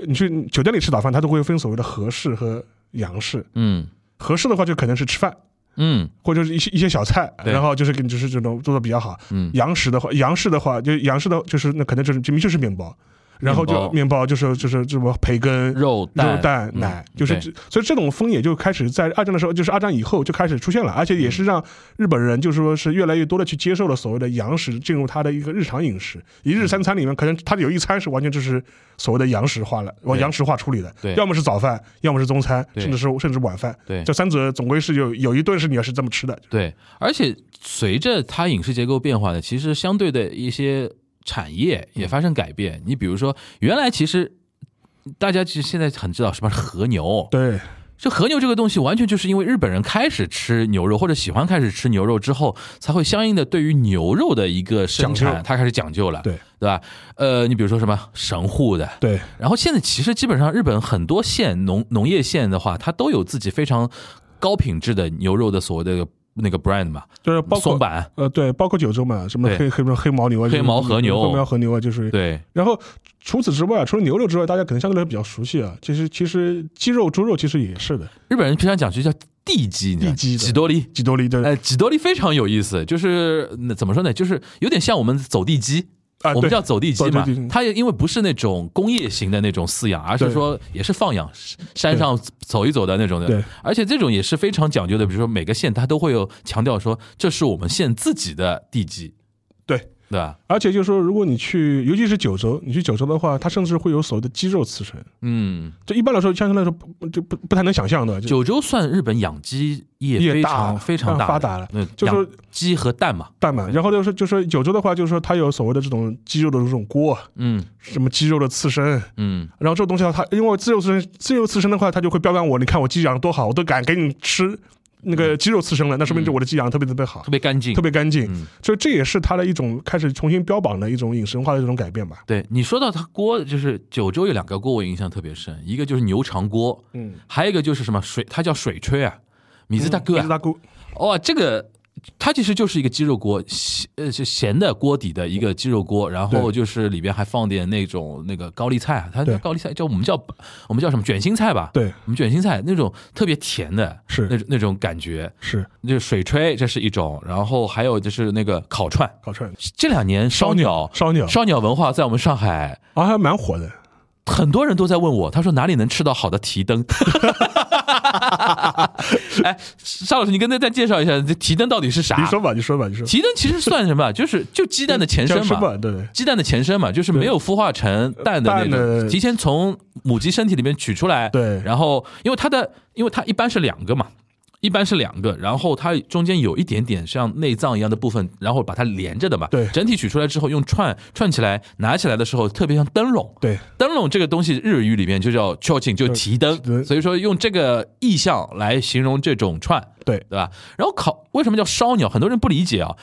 Speaker 4: 你去酒店里吃早饭，它都会分所谓的和式和洋式。
Speaker 2: 嗯
Speaker 4: 和式的话就可能是吃饭。
Speaker 2: 嗯
Speaker 4: 或者是一些一些小菜，
Speaker 2: 对
Speaker 4: 然后就是给你就是这种做的比较好。
Speaker 2: 嗯
Speaker 4: 洋食的话，洋式的话，就洋式的就是那可能就是就是面包，然后
Speaker 2: 面包
Speaker 4: 就面包就是就是这么培根、
Speaker 2: 肉
Speaker 4: 肉蛋、
Speaker 2: 嗯
Speaker 4: 奶，就是
Speaker 2: 对
Speaker 4: 这所以这种风也就开始在二战的时候，就是二战以后就开始出现了，而且也是让日本人就是说是越来越多的去接受了所谓的洋食进入他的一个日常饮食，一日三餐里面可能他有一餐是完全就是所谓的洋食化了，往
Speaker 2: 对
Speaker 4: 洋食化处理的
Speaker 2: 对，
Speaker 4: 要么是早饭，要么是中餐，
Speaker 2: 对
Speaker 4: 甚至是甚至晚饭，
Speaker 2: 对
Speaker 4: 这三者总归是有有一顿是你要是这么吃的，
Speaker 2: 对，而且随着它饮食结构变化呢，其实相对的一些产业也发生改变。你比如说，原来其实大家其实现在很知道什么是和牛，
Speaker 4: 对
Speaker 2: 这和牛这个东西，完全就是因为日本人开始吃牛肉，或者喜欢开始吃牛肉之后，才会相应的对于牛肉的一个生
Speaker 4: 讲
Speaker 2: 产，
Speaker 4: 究
Speaker 2: 他开始讲究了，
Speaker 4: 对
Speaker 2: 对吧？呃，你比如说什么神户的，
Speaker 4: 对，
Speaker 2: 然后现在其实基本上日本很多县农农业县的话，它都有自己非常高品质的牛肉的所谓的那个 brand 嘛，
Speaker 4: 就是包
Speaker 2: 松
Speaker 4: 括
Speaker 2: 板，
Speaker 4: 呃，对，包括九州嘛，什么
Speaker 2: 对
Speaker 4: 黑黑什么黑牦牛啊，就是
Speaker 2: 黑毛和牛
Speaker 4: 黑毛和牛啊，就是。
Speaker 2: 对，
Speaker 4: 然后除此之外，除了牛肉之外，大家可能相对来说比较熟悉啊。其实其实鸡肉、猪肉其实也是的，
Speaker 2: 日本人平常讲究叫地鸡，你知道
Speaker 4: 地鸡的
Speaker 2: 几多利。
Speaker 4: 几多里的
Speaker 2: 呃，几多利非常有意思，就是那怎么说呢，就是有点像我们走地鸡，
Speaker 4: 啊，
Speaker 2: 我们
Speaker 4: 对
Speaker 2: 叫走地鸡嘛
Speaker 4: 走地鸡，
Speaker 2: 它也因为不是那种工业型的那种饲养，而是
Speaker 4: 对
Speaker 2: 说也是放养，山上走一走的那种的
Speaker 4: 对。
Speaker 2: 而且这种也是非常讲究的，比如说每个县它都会有强调说这是我们县自己的地鸡，
Speaker 4: 对。
Speaker 2: 对吧？
Speaker 4: 而且就是说，如果你去，尤其是九州，你去九州的话，它甚至会有所谓的鸡肉刺身。
Speaker 2: 嗯，
Speaker 4: 这一般来说，相对来说不不就不不太能想象的。就
Speaker 2: 九州算日本养鸡业
Speaker 4: 业
Speaker 2: 非
Speaker 4: 大啊
Speaker 2: 常非常大
Speaker 4: 发达了
Speaker 2: 那
Speaker 4: 就是
Speaker 2: 养鸡和蛋嘛，
Speaker 4: 蛋嘛，然后就是就是九州的话，就是说它有所谓的这种鸡肉的这种锅，啊
Speaker 2: 嗯
Speaker 4: 什么鸡肉的刺身，
Speaker 2: 嗯，
Speaker 4: 然后这个东西的话，它因为自由刺身，自由刺身的话，它就会标榜我，你看我鸡养的多好，我都敢给你吃那个鸡肉刺身了，那说明这我的鸡养得特别特别好
Speaker 2: 嗯特，别干净
Speaker 4: 特。别干净
Speaker 2: 嗯。
Speaker 4: 所以这也是它的一种开始重新标榜的一种饮食文化的这种改变吧。
Speaker 2: 对你说到它锅，就是九州有两个锅我印象特别深，一个就是牛肠锅，
Speaker 4: 嗯，
Speaker 2: 还有一个就是什么水，它叫水炊啊，米字大哥
Speaker 4: 米
Speaker 2: 啊
Speaker 4: 字，大姑，
Speaker 2: 哇，这个它其实就是一个鸡肉锅，咸呃是咸的锅底的一个鸡肉锅，然后
Speaker 4: 对
Speaker 2: 就是里边还放点那种那个高丽菜啊，它
Speaker 4: 对
Speaker 2: 高丽菜叫我们叫我们叫什么卷心菜吧？，
Speaker 4: 对，
Speaker 2: 我们卷心菜那种特别甜的，
Speaker 4: 是
Speaker 2: 那种那种感觉，
Speaker 4: 是
Speaker 2: 就是水炊这是一种，然后还有就是那个烤串，
Speaker 4: 烤串，
Speaker 2: 这两年烧鸟
Speaker 4: 烧鸟，
Speaker 2: 烧鸟文化在我们上海。
Speaker 4: 啊，还蛮火的。
Speaker 2: 很多人都在问我，他说哪里能吃到好的提灯？ 哎，沙老师，你跟大家介绍一下，这提灯到底是啥？
Speaker 4: 你说吧，你说吧，你说。
Speaker 2: 提灯其实算什么？就是就鸡蛋的前身
Speaker 4: 讲
Speaker 2: 嘛
Speaker 4: 吧，。对对
Speaker 2: 鸡蛋的前身嘛，就是没有孵化成蛋的那
Speaker 4: 蛋
Speaker 2: 种，
Speaker 4: 的
Speaker 2: 提前从母鸡身体里面取出来。
Speaker 4: 对
Speaker 2: 然后因为它的，因为它一般是两个嘛，一般是两个，然后它中间有一点点像内脏一样的部分，然后把它连着的嘛。
Speaker 4: 对
Speaker 2: 整体取出来之后，用串串起来，拿起来的时候特别像灯笼。
Speaker 4: 对，
Speaker 2: 灯笼这个东西日语里面就叫 c h o c h i n 就提
Speaker 4: 提灯
Speaker 2: 灯，所以说用这个意象来形容这种串。
Speaker 4: 对
Speaker 2: 对吧？然后烤为什么叫烧鸟？很多人不理解啊。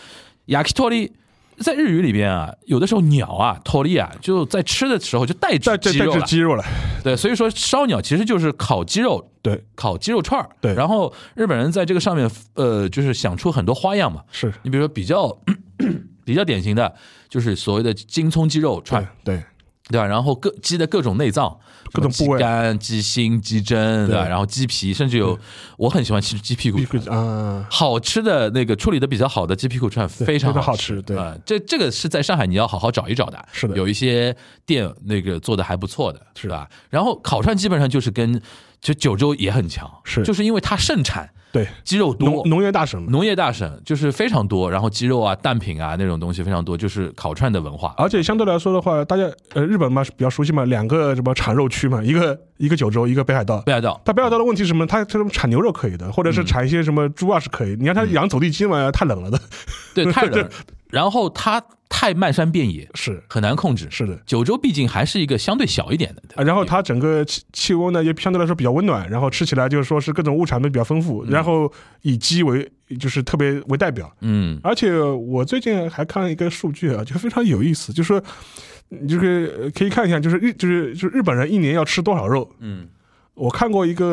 Speaker 2: yakitori 在日语里边啊，有的时候鸟啊，tori 啊，就在吃的时候就带
Speaker 4: 带
Speaker 2: 只
Speaker 4: 带
Speaker 2: 鸡
Speaker 4: 带
Speaker 2: 肉啊
Speaker 4: 只
Speaker 2: 了。
Speaker 4: 鸡肉了，
Speaker 2: 对，所以说烧鸟其实就是烤鸡肉。
Speaker 4: 对，
Speaker 2: 烤鸡肉串儿，
Speaker 4: 对
Speaker 2: 然后日本人在这个上面，呃，就是想出很多花样嘛。
Speaker 4: 是，
Speaker 2: 你比如说比较 比较典型的，就是所谓的京葱鸡肉串
Speaker 4: 对，对
Speaker 2: 对吧？然后各鸡的各种内脏，
Speaker 4: 各种部位
Speaker 2: 什么鸡肝、鸡心、鸡胗，对吧？
Speaker 4: 对
Speaker 2: 然后鸡皮，甚至有我很喜欢吃鸡屁股
Speaker 4: 一，个啊，
Speaker 2: 好吃的那个处理的比较好的鸡屁股串非常
Speaker 4: 非常好
Speaker 2: 吃，
Speaker 4: 吃对
Speaker 2: 啊这这个是在上海你要好好找一找的，
Speaker 4: 是的
Speaker 2: 有一些店那个做的还不错的，
Speaker 4: 是
Speaker 2: 吧？然后烤串基本上就是跟就九州也很强，
Speaker 4: 是
Speaker 2: 就是因为它盛产
Speaker 4: 对，
Speaker 2: 鸡肉多，
Speaker 4: 农农业大省嘛。
Speaker 2: 农业大省就是非常多，然后鸡肉啊、蛋品啊那种东西非常多，就是烤串的文化。
Speaker 4: 而且相对来说的话，大家呃日本嘛是比较熟悉嘛，两个什么产肉区嘛，一个一个九州，一个北海道。
Speaker 2: 北海道，
Speaker 4: 它北海道的问题是什么？它这种产
Speaker 2: 嗯
Speaker 4: 牛肉可以的，或者是产一些什么猪啊是可以。你让它养走地鸡嘛，太冷了的。
Speaker 2: 嗯 对，太冷，然后它太漫山遍野，
Speaker 4: 是
Speaker 2: 很难控制。
Speaker 4: 是的。
Speaker 2: 九州毕竟还是一个相对小一点的，
Speaker 4: 啊然后它整个气气温呢也相对来说比较温暖，然后吃起来就是说是各种物产都比较丰富，然后以鸡为就是特别为代表，
Speaker 2: 嗯
Speaker 4: 而且我最近还看了一个数据啊，就非常有意思，就是说你这个呃可以看一下，就是日就是就是日本人一年要吃多少肉？
Speaker 2: 嗯，
Speaker 4: 我看过一个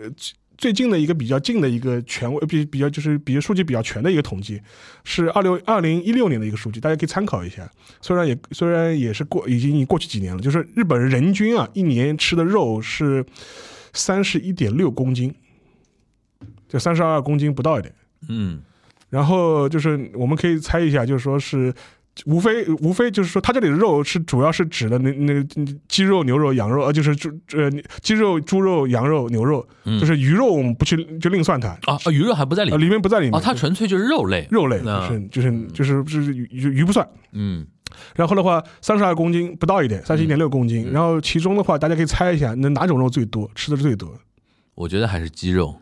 Speaker 4: 呃最最近的一个比较近的一个权威呃比比较就是比较数据比较全的一个统计，是二六二零一六年的一个数据，大家可以参考一下。虽然也虽然也是过已经过去几年了，就是日本人人均啊一年吃的肉是三十一点六公斤，就三十二公斤不到一点。
Speaker 2: 嗯，
Speaker 4: 然后就是我们可以猜一下，就是说是。无非无非就是说，它这里的肉是主要是指的那那个鸡肉、牛肉、羊肉，呃，就是猪呃鸡肉、猪肉、羊肉、牛肉，
Speaker 2: 嗯
Speaker 4: 就是鱼肉我们不去就另算它，
Speaker 2: 啊，啊鱼肉还不在里
Speaker 4: 呃，
Speaker 2: 面
Speaker 4: 里面不在里面。
Speaker 2: 哦，它纯嗯粹就是肉类，
Speaker 4: 肉类
Speaker 2: 那
Speaker 4: 就是就是就是就是鱼鱼鱼不算。
Speaker 2: 嗯
Speaker 4: 然后的话，三十二公斤不到一点，三十一点六公
Speaker 2: 嗯
Speaker 4: 斤。然后其中的话，大家可以猜一下，那哪种肉最多，吃的最多？
Speaker 2: 我觉得还是鸡肉。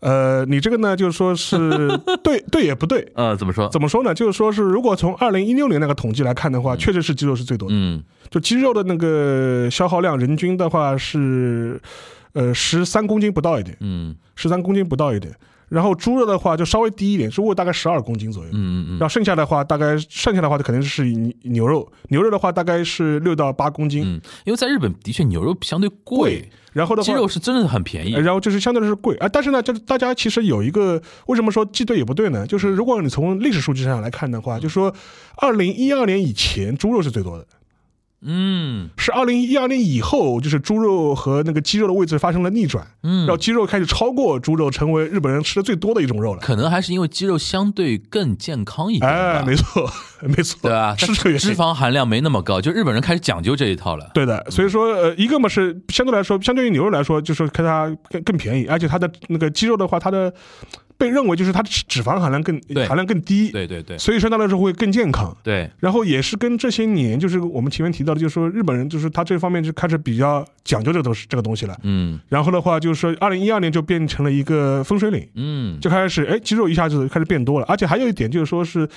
Speaker 4: 呃，你这个呢，就是 说是对对也不对，
Speaker 2: 呃，怎么说？
Speaker 4: 怎么说呢？就是说是，如果从二零一六年那个统计来看的话，确实是鸡肉是最多的。
Speaker 2: 嗯
Speaker 4: 就鸡肉的那个消耗量，人均的话是，呃十三公斤不到一点，
Speaker 2: 嗯
Speaker 4: 十三公斤不到一点。然后猪肉的话就稍微低一点，猪肉大概十二公斤左右。
Speaker 2: 嗯嗯
Speaker 4: 然后剩下的话，大概剩下的话就肯定是牛牛肉，牛肉的话大概是六到八公斤，
Speaker 2: 嗯，因为在日本的确牛肉相对贵，。
Speaker 4: 然后的话，
Speaker 2: 鸡肉是真的很便宜
Speaker 4: 呃。然后就是相对来说贵啊，但是呢，就是大家其实有一个为什么说既对也不对呢？就是如果你从历史数据上来看的话，就说二零一二年以前猪肉是最多的，
Speaker 2: 嗯
Speaker 4: 是二零一二年以后，就是猪肉和那个鸡肉的位置发生了逆转，
Speaker 2: 嗯
Speaker 4: 然后，鸡肉开始超过猪肉，成为日本人吃的最多的一种肉了。
Speaker 2: 可能还是因为鸡肉相对更健康一点吧。
Speaker 4: 哎，没错，没错，
Speaker 2: 对吧？
Speaker 4: 是
Speaker 2: 它
Speaker 4: 这个原因
Speaker 2: 脂肪含量没那么高，就日本人开始讲究这一套了。
Speaker 4: 对的，所以说呃，一个嘛是相对来说，相对于牛肉来说，就是看它更更便宜，而且它的那个鸡肉的话，它的被认为就是它的脂脂肪含量更
Speaker 2: 对
Speaker 4: 含量更低，
Speaker 2: 对对对
Speaker 4: 所以相对来说会更健康。
Speaker 2: 对，
Speaker 4: 然后也是跟这些年，就是我们前面提到的，就是说日本人就是他这方面就开始比较讲究这个东西这个东西了。
Speaker 2: 嗯
Speaker 4: 然后的话，就是说二零一二年就变成了一个分水岭。
Speaker 2: 嗯，
Speaker 4: 就开始哎，鸡肉一下子开始变多了，而且还有一点就是说是，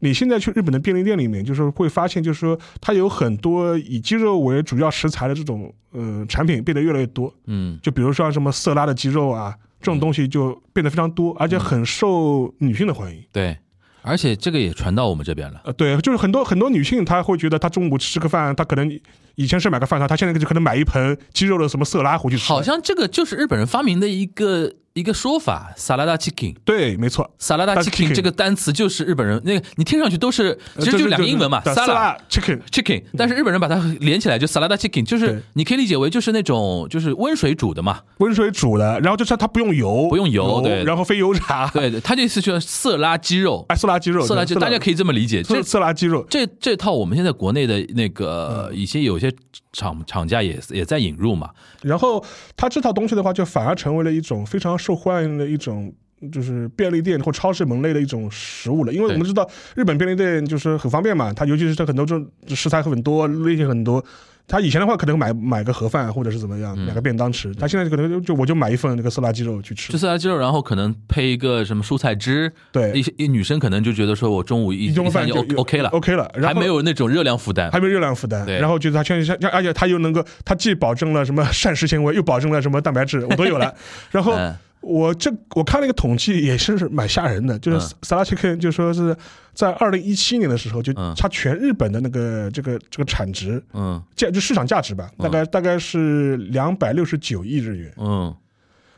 Speaker 4: 你现在去日本的便利店里面，就是会发现，就是说它有很多以鸡肉为主要食材的这种呃产品变得越来越多，
Speaker 2: 嗯
Speaker 4: 就比如说像什么色拉的鸡肉啊这种东西就变得非常多，而且很受女性的欢迎。
Speaker 2: 对，而且这个也传到我们这边了。
Speaker 4: 呃，对，就是很多很多女性她会觉得她中午吃个饭，她可能以前是买个饭团，她现在就可能买一盆鸡肉的什么色拉回去吃。
Speaker 2: 好像这个就是日本人发明的一个一个说法，萨拉达 chicken。
Speaker 4: 对，没错。
Speaker 2: 萨拉达
Speaker 4: chicken
Speaker 2: chicken 这个单词就是日本人那个，你听上去都是
Speaker 4: 呃
Speaker 2: 其实
Speaker 4: 这
Speaker 2: 就两个英文嘛，
Speaker 4: 对
Speaker 2: 萨
Speaker 4: 色
Speaker 2: 拉
Speaker 4: 拉 chicken，
Speaker 2: chicken，但是日本人把它连起来就萨拉达 chicken，就是
Speaker 4: 对
Speaker 2: 你可以理解为就是那种就是温水煮的 嘛，
Speaker 4: 温水煮的，然后就是它不用油，
Speaker 2: 不用油对
Speaker 4: 然后非油炸，
Speaker 2: 对，对，它这次叫色拉啊鸡肉，
Speaker 4: 哎，色拉鸡肉，
Speaker 2: 色拉鸡，大家
Speaker 4: 以
Speaker 2: 可以这么理解，这
Speaker 4: 色色拉鸡肉，
Speaker 2: 这这套我们现在国内的那个一些有些厂厂家也也在引入嘛，
Speaker 4: 然后它这套东西的话，就反而成为了一种非常受欢迎的一种。就是便利店或超市门类的一种食物了，因为
Speaker 2: 对
Speaker 4: 我们知道日本便利店就是很方便嘛，它尤其是它很多这种食材很多，类型很多。它以前的话可能买买个盒饭或者是怎么样，买个便当吃，它现在可能就就我就买一份那个色拉鸡肉去吃
Speaker 2: 就，色拉鸡肉，然后可能配一个什么蔬菜汁，
Speaker 4: 对
Speaker 2: 一些一女生可能就觉得说我中午一
Speaker 4: 一顿
Speaker 2: 餐
Speaker 4: 饭
Speaker 2: 就
Speaker 4: 就
Speaker 2: O- OK 了
Speaker 4: OK 了，然
Speaker 2: 还
Speaker 4: 后
Speaker 2: 没有那种热量负担
Speaker 4: 还，没有热量负担，
Speaker 2: 对
Speaker 4: 然后觉得它全身像，而且它又能够，它既保证了什么膳食纤维，又保证了什么蛋白质，我 都有了。然后
Speaker 2: 嗯
Speaker 4: 我这我看了一个统计，也是蛮吓人的，就是
Speaker 2: 嗯
Speaker 4: Sala Chicken 就说是在二零一七年的时候，就
Speaker 2: 嗯
Speaker 4: 它全日本的那个这个这个产值
Speaker 2: 嗯
Speaker 4: 价就市场价值吧，大概大概是两百六十九亿日元，
Speaker 2: 嗯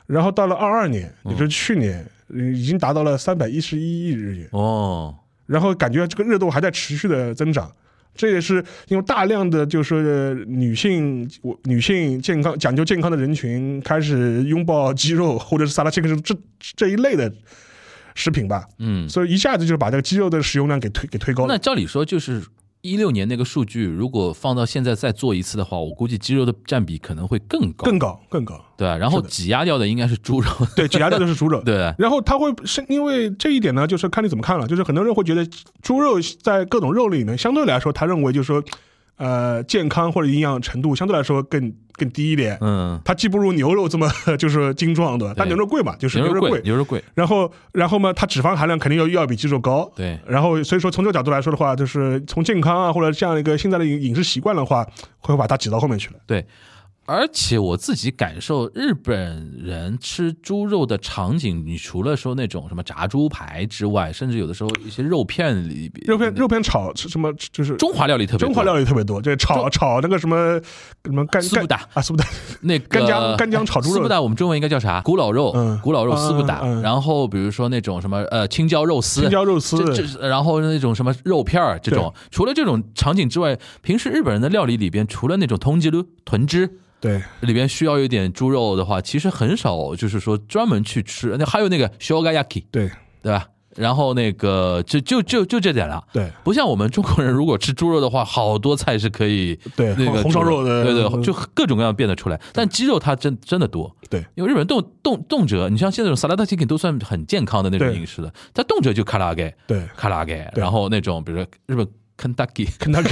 Speaker 4: 然后到了二二年，也就是去年，嗯已经达到了三百一十一亿日元。
Speaker 2: 哦，
Speaker 4: 然后感觉这个热度还在持续的增长。这也是因为大量的就是女性，我女性健康讲究健康的人群开始拥抱鸡肉或者是萨拉切克这这这一类的食品吧，
Speaker 2: 嗯，
Speaker 4: 所以一下子就把这个鸡肉的使用量给推给推高
Speaker 2: 那
Speaker 4: 了。
Speaker 2: 照理说就是一六年那个数据，如果放到现在再做一次的话，我估计鸡肉的占比可能会更高，
Speaker 4: 更高更高，
Speaker 2: 对啊，然后
Speaker 4: 是的
Speaker 2: 挤压掉的应该是猪肉，。
Speaker 4: 对，挤压掉就是猪 肉
Speaker 2: 对，
Speaker 4: 然后它会是因为这一点呢，就是看你怎么看了。就是很多人会觉得猪肉在各种肉里呢，相对来说，他认为就是说，呃，健康或者营养程度相对来说更更低一点。
Speaker 2: 嗯，
Speaker 4: 它既不如牛肉这么 就是精壮的，但
Speaker 2: 对
Speaker 4: 牛肉贵嘛，就是
Speaker 2: 牛肉
Speaker 4: 贵。
Speaker 2: 贵，牛肉贵，
Speaker 4: 然后，然后嘛，它脂肪含量肯定要要比鸡肉高。
Speaker 2: 对，
Speaker 4: 然后，所以说从这个角度来说的话，就是从健康啊，或者这样一个现在的饮饮食习惯的话，会把它挤到后面去了。
Speaker 2: 对，而且我自己感受，日本人吃猪肉的场景，你除了说那种什么炸猪排之外，甚至有的时候一些肉片里，
Speaker 4: 肉片肉片炒吃什么就是
Speaker 2: 中华料理特别多，
Speaker 4: 中华料理特别多，这炒炒那个什么什么干
Speaker 2: 丝
Speaker 4: 干
Speaker 2: 不打
Speaker 4: 啊，苏不打，
Speaker 2: 那个
Speaker 4: 干姜干姜炒猪肉
Speaker 2: 丝不达我们中文应该叫啥？古老肉，
Speaker 4: 嗯
Speaker 2: 古老肉丝不达。
Speaker 4: 嗯嗯
Speaker 2: 然后比如说那种什么呃青椒肉丝，
Speaker 4: 青椒肉丝
Speaker 2: 这这然后那种什么肉片儿这种。除了这种场景之外，平时日本人的料理里边，除了那种通缉撸豚汁。
Speaker 4: 对
Speaker 2: 里边需要一点猪肉的话，其实很少，就是说专门去吃。那还有那个 shogayaki，
Speaker 4: 对
Speaker 2: 对吧？然后那个就就就就这点了。
Speaker 4: 对
Speaker 2: 不像我们中国人，如果吃猪肉的话，好多菜是可以
Speaker 4: 对
Speaker 2: 那个
Speaker 4: 红红烧肉的嗯
Speaker 2: 对对，就各种各样变得出来。但鸡肉它真真的多，
Speaker 4: 对
Speaker 2: 因为日本人动动动辄，你像现在这种萨拉达 chicken 都算很健康的那种
Speaker 4: 对
Speaker 2: 饮食了，它动辄就卡拉给
Speaker 4: 对
Speaker 2: 卡拉给，
Speaker 4: 对
Speaker 2: 然后那种比如说日本 Kentucky，
Speaker 4: 肯德基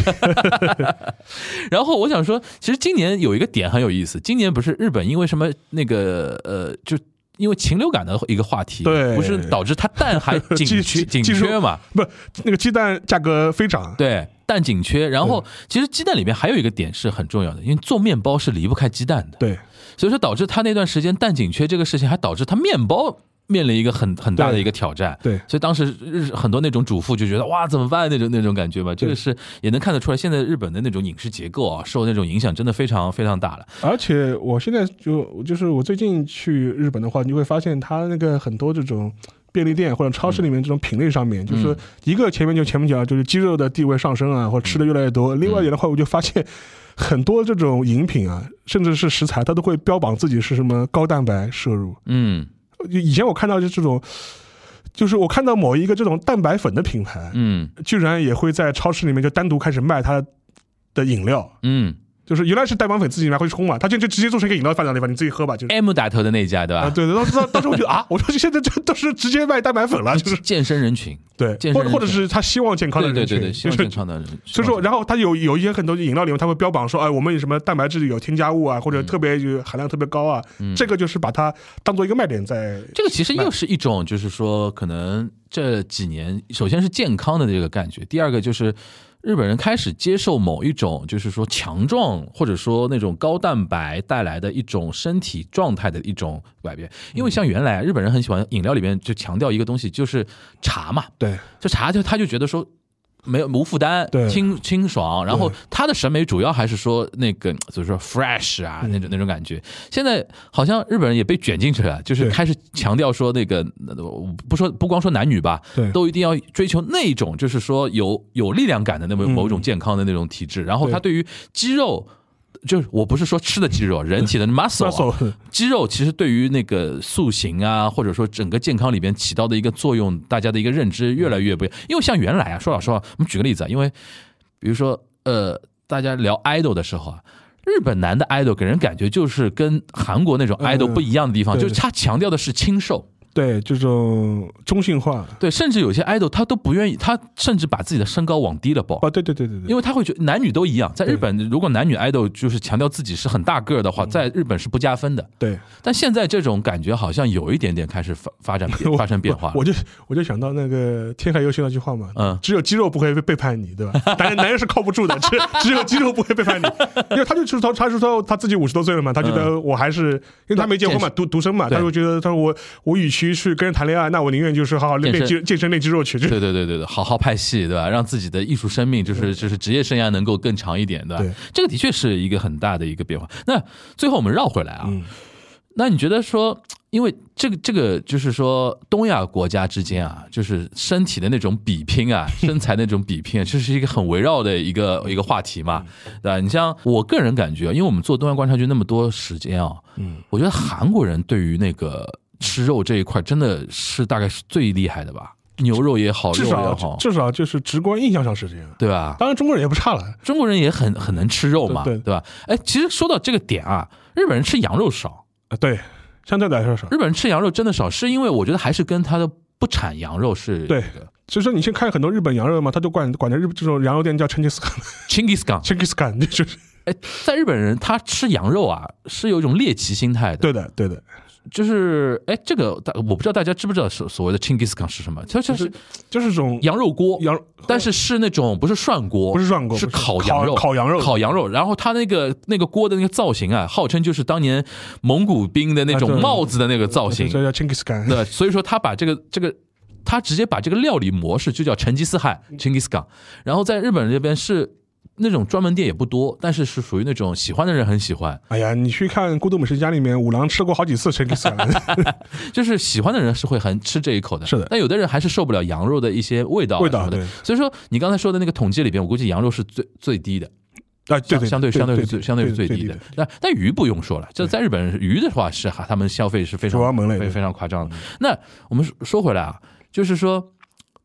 Speaker 2: 然后我想说，其实今年有一个点很有意思，今年不是日本因为什么那个呃就。因为禽流感的一个话题，
Speaker 4: 对
Speaker 2: 不是导致它蛋 还紧
Speaker 4: 进
Speaker 2: 缺紧
Speaker 4: 进入
Speaker 2: 缺嘛？
Speaker 4: 不，那个鸡蛋价格飞涨，
Speaker 2: 对，蛋紧缺。然后其实鸡蛋里面还有一个点是很重要的，因为做面包是离不开鸡蛋的，
Speaker 4: 对
Speaker 2: 所以说导致他那段时间蛋紧缺这个事情，还导致他面包。面临一个很很大的一个挑战，
Speaker 4: 对
Speaker 2: 所以当时日很多那种主妇就觉得哇怎么办那种那种感觉吧，这个是也能看得出来，现在日本的那种饮食结构啊，受那种影响真的非常非常大了。
Speaker 4: 而且我现在就就是我最近去日本的话，你会发现它那个很多这种。便利店或者超市里面这种品类上面，就是一个前面就前面讲，就是鸡肉的地位上升啊，或者吃的越来越多。另外一点的话，我就发现很多这种饮品啊，甚至是食材，它都会标榜自己是什么高蛋白摄入。
Speaker 2: 嗯
Speaker 4: 以前我看到就这种，就是我看到某一个这种蛋白粉的品牌，
Speaker 2: 嗯
Speaker 4: 居然也会在超市里面就单独开始卖它的饮料。
Speaker 2: 嗯
Speaker 4: 就是原来是蛋白粉自己买回去冲嘛，他就就直接做成一个饮料放在那里，反正你自己喝吧，就是。
Speaker 2: ，M 打头的那一家对吧？
Speaker 4: 啊，对，当时当时我觉得啊，我说现在这 都是直接卖蛋白粉了，啊就是
Speaker 2: 健身人群，
Speaker 4: 对
Speaker 2: 健，身
Speaker 4: 或
Speaker 2: 人
Speaker 4: 或者
Speaker 2: 群
Speaker 4: 是他希望健康的
Speaker 2: 对对对对，
Speaker 4: 人群，
Speaker 2: 希
Speaker 4: 就
Speaker 2: 望
Speaker 4: 是
Speaker 2: 健康的人。
Speaker 4: 所以说，然后他有有一些很多饮料里面他会标榜说，哎，我们有什么蛋白质有添加物啊，或者特别有含量特别高啊，
Speaker 2: 嗯
Speaker 4: 这个就是把它当做一个卖点在。
Speaker 2: 这个其实又是一种，就是说，可能这几年，首先是健康的这个感觉，第二个就是日本人开始接受某一种，就是说强壮或者说那种高蛋白带来的一种身体状态的一种改变。因
Speaker 4: 嗯
Speaker 2: 为像原来日本人很喜欢饮料里面就强调一个东西，就是茶嘛，
Speaker 4: 对
Speaker 2: 就茶就他就觉得说。没有无负担，
Speaker 4: 对
Speaker 2: 清清爽，然后
Speaker 4: 对
Speaker 2: 他的审美主要还是说那个，就是说 fresh 啊
Speaker 4: 嗯
Speaker 2: 那种那种感觉。现在好像日本人也被卷进去了，就是
Speaker 4: 对
Speaker 2: 开始强调说那个，那我不说不光说男女吧，
Speaker 4: 对
Speaker 2: 都一定要追求那种就是说有有力量感的那么
Speaker 4: 嗯
Speaker 2: 某种健康的那种体质。然后
Speaker 4: 对
Speaker 2: 他对于肌肉，就是我不是说吃的肌肉，人体的 muscle 啊
Speaker 4: muscle
Speaker 2: 肌肉其实对于那个塑形啊，或者说整个健康里边起到的一个作用，大家的一个认知越来越不一样。因为像原来啊，说老实话，我们举个例子啊，因为比如说呃，大家聊 idol 的时候啊。日本男的 idol 给人感觉就是跟韩国那种 idol
Speaker 4: 嗯
Speaker 2: 不一样的地方，
Speaker 4: 对
Speaker 2: 就是他强调的是清瘦，
Speaker 4: 对这种中性化
Speaker 2: 对，甚至有些 idol 他都不愿意，他甚至把自己的身高往低了报，
Speaker 4: 啊，对对对对对，
Speaker 2: 因为他会觉得男女都一样，在日
Speaker 4: 对
Speaker 2: 本如果男女 idol 就是强调自己是很大个儿的话，
Speaker 4: 嗯
Speaker 2: 在日本是不加分的。
Speaker 4: 对
Speaker 2: 但现在这种感觉好像有一点点开始发发展
Speaker 4: 我
Speaker 2: 发生变化了。
Speaker 4: 我就我就想到那个天海佑希那句话嘛，
Speaker 2: 嗯
Speaker 4: 只有肌肉不会背背叛你，对 吧？男人男人是靠不住的，只只有肌肉不会背叛你，因为他就是说，他是说他自己五十多岁了嘛，他觉
Speaker 2: 嗯
Speaker 4: 得我还是，因为他没结婚嘛，独独生嘛，
Speaker 2: 对
Speaker 4: 他就觉得他说我我与其去跟人谈恋爱，那我宁愿就是好好练
Speaker 2: 健身
Speaker 4: 肌健身练肌肉去，就
Speaker 2: 对对对对对，好好拍戏，对吧？让自己的艺术生命，就是就是职业生涯能够更长一点，对吧？
Speaker 4: 对
Speaker 2: 这个的确是一个很大的一个变化。那最后我们绕回来啊，
Speaker 4: 嗯
Speaker 2: 那你觉得说，因为这个这个就是说东亚国家之间啊，就是身体的那种比拼 啊，身材那种比拼、啊，这是一个很围绕的一个一个话题嘛，对吧？你像我个人感觉，因为我们做东亚观察局那么多时间啊，
Speaker 4: 嗯，
Speaker 2: 我觉得韩国人对于那个吃肉这一块真的是大概是最厉害的吧，牛肉也好，
Speaker 4: 至
Speaker 2: 肉也
Speaker 4: 少
Speaker 2: 好，
Speaker 4: 至少就是直观印象上是这样。
Speaker 2: 对吧？
Speaker 4: 当然中国人也不差了，
Speaker 2: 中国人也很很能吃肉嘛，
Speaker 4: 对对
Speaker 2: 吧？哎，其实说到这个点啊，日本人吃羊肉少，
Speaker 4: 啊对，相对来说少。
Speaker 2: 日本人吃羊肉真的少，是因为我觉得还是跟他的不产羊肉是
Speaker 4: 对所以说你去看很多日本羊肉嘛，他就管管着日这种羊肉店叫成吉思 汗
Speaker 2: Chingis Khan。
Speaker 4: 成吉思汗就是
Speaker 2: 哎，在日本人他吃羊肉啊，是有一种猎奇心态的。
Speaker 4: 对的对的，
Speaker 2: 就是哎，这个大我不知道大家知不知道所所谓的 Chingis Khan 是什么？它就是
Speaker 4: 就是这种
Speaker 2: 羊肉锅，
Speaker 4: 羊，
Speaker 2: 但是是那种不是涮锅，
Speaker 4: 不是涮锅
Speaker 2: 是
Speaker 4: 不是
Speaker 2: 烤羊肉，
Speaker 4: 烤烤羊肉
Speaker 2: 烤羊肉。然后它那个那个锅的那个造型啊，号称就是当年蒙古兵的那
Speaker 4: 啊
Speaker 2: 种
Speaker 4: 对
Speaker 2: 帽子的那个造型。
Speaker 4: 这叫 Chingis Khan。
Speaker 2: 对，所以说他把这个这个，他直接把这个料理模式就叫成吉思汗
Speaker 4: 嗯
Speaker 2: （Genghis Khan），然后在日本这边是那种专门店也不多，但是是属于那种喜欢的人很喜欢，
Speaker 4: 哎呀，你去看《孤独美食家》里面，五郎吃过好几次成 吉思汗，
Speaker 2: 就是喜欢的人是会很吃这一口的。
Speaker 4: 是的
Speaker 2: 但有的人还是受不了羊肉的一些味道啊
Speaker 4: 味道
Speaker 2: 什么的
Speaker 4: 对。
Speaker 2: 所以说你刚才说的那个统计里边，我估计羊肉是最最低的。
Speaker 4: 啊，对
Speaker 2: 相
Speaker 4: 对，
Speaker 2: 相对相对
Speaker 4: 对对
Speaker 2: 是最相对是最
Speaker 4: 最
Speaker 2: 低的
Speaker 4: 的。。
Speaker 2: 那但鱼不用说了，就在日本鱼的话是哈他们消费是非常
Speaker 4: 主要门类嗯
Speaker 2: 非
Speaker 4: 对
Speaker 2: 非常夸张的。那我们说说回来啊，就是说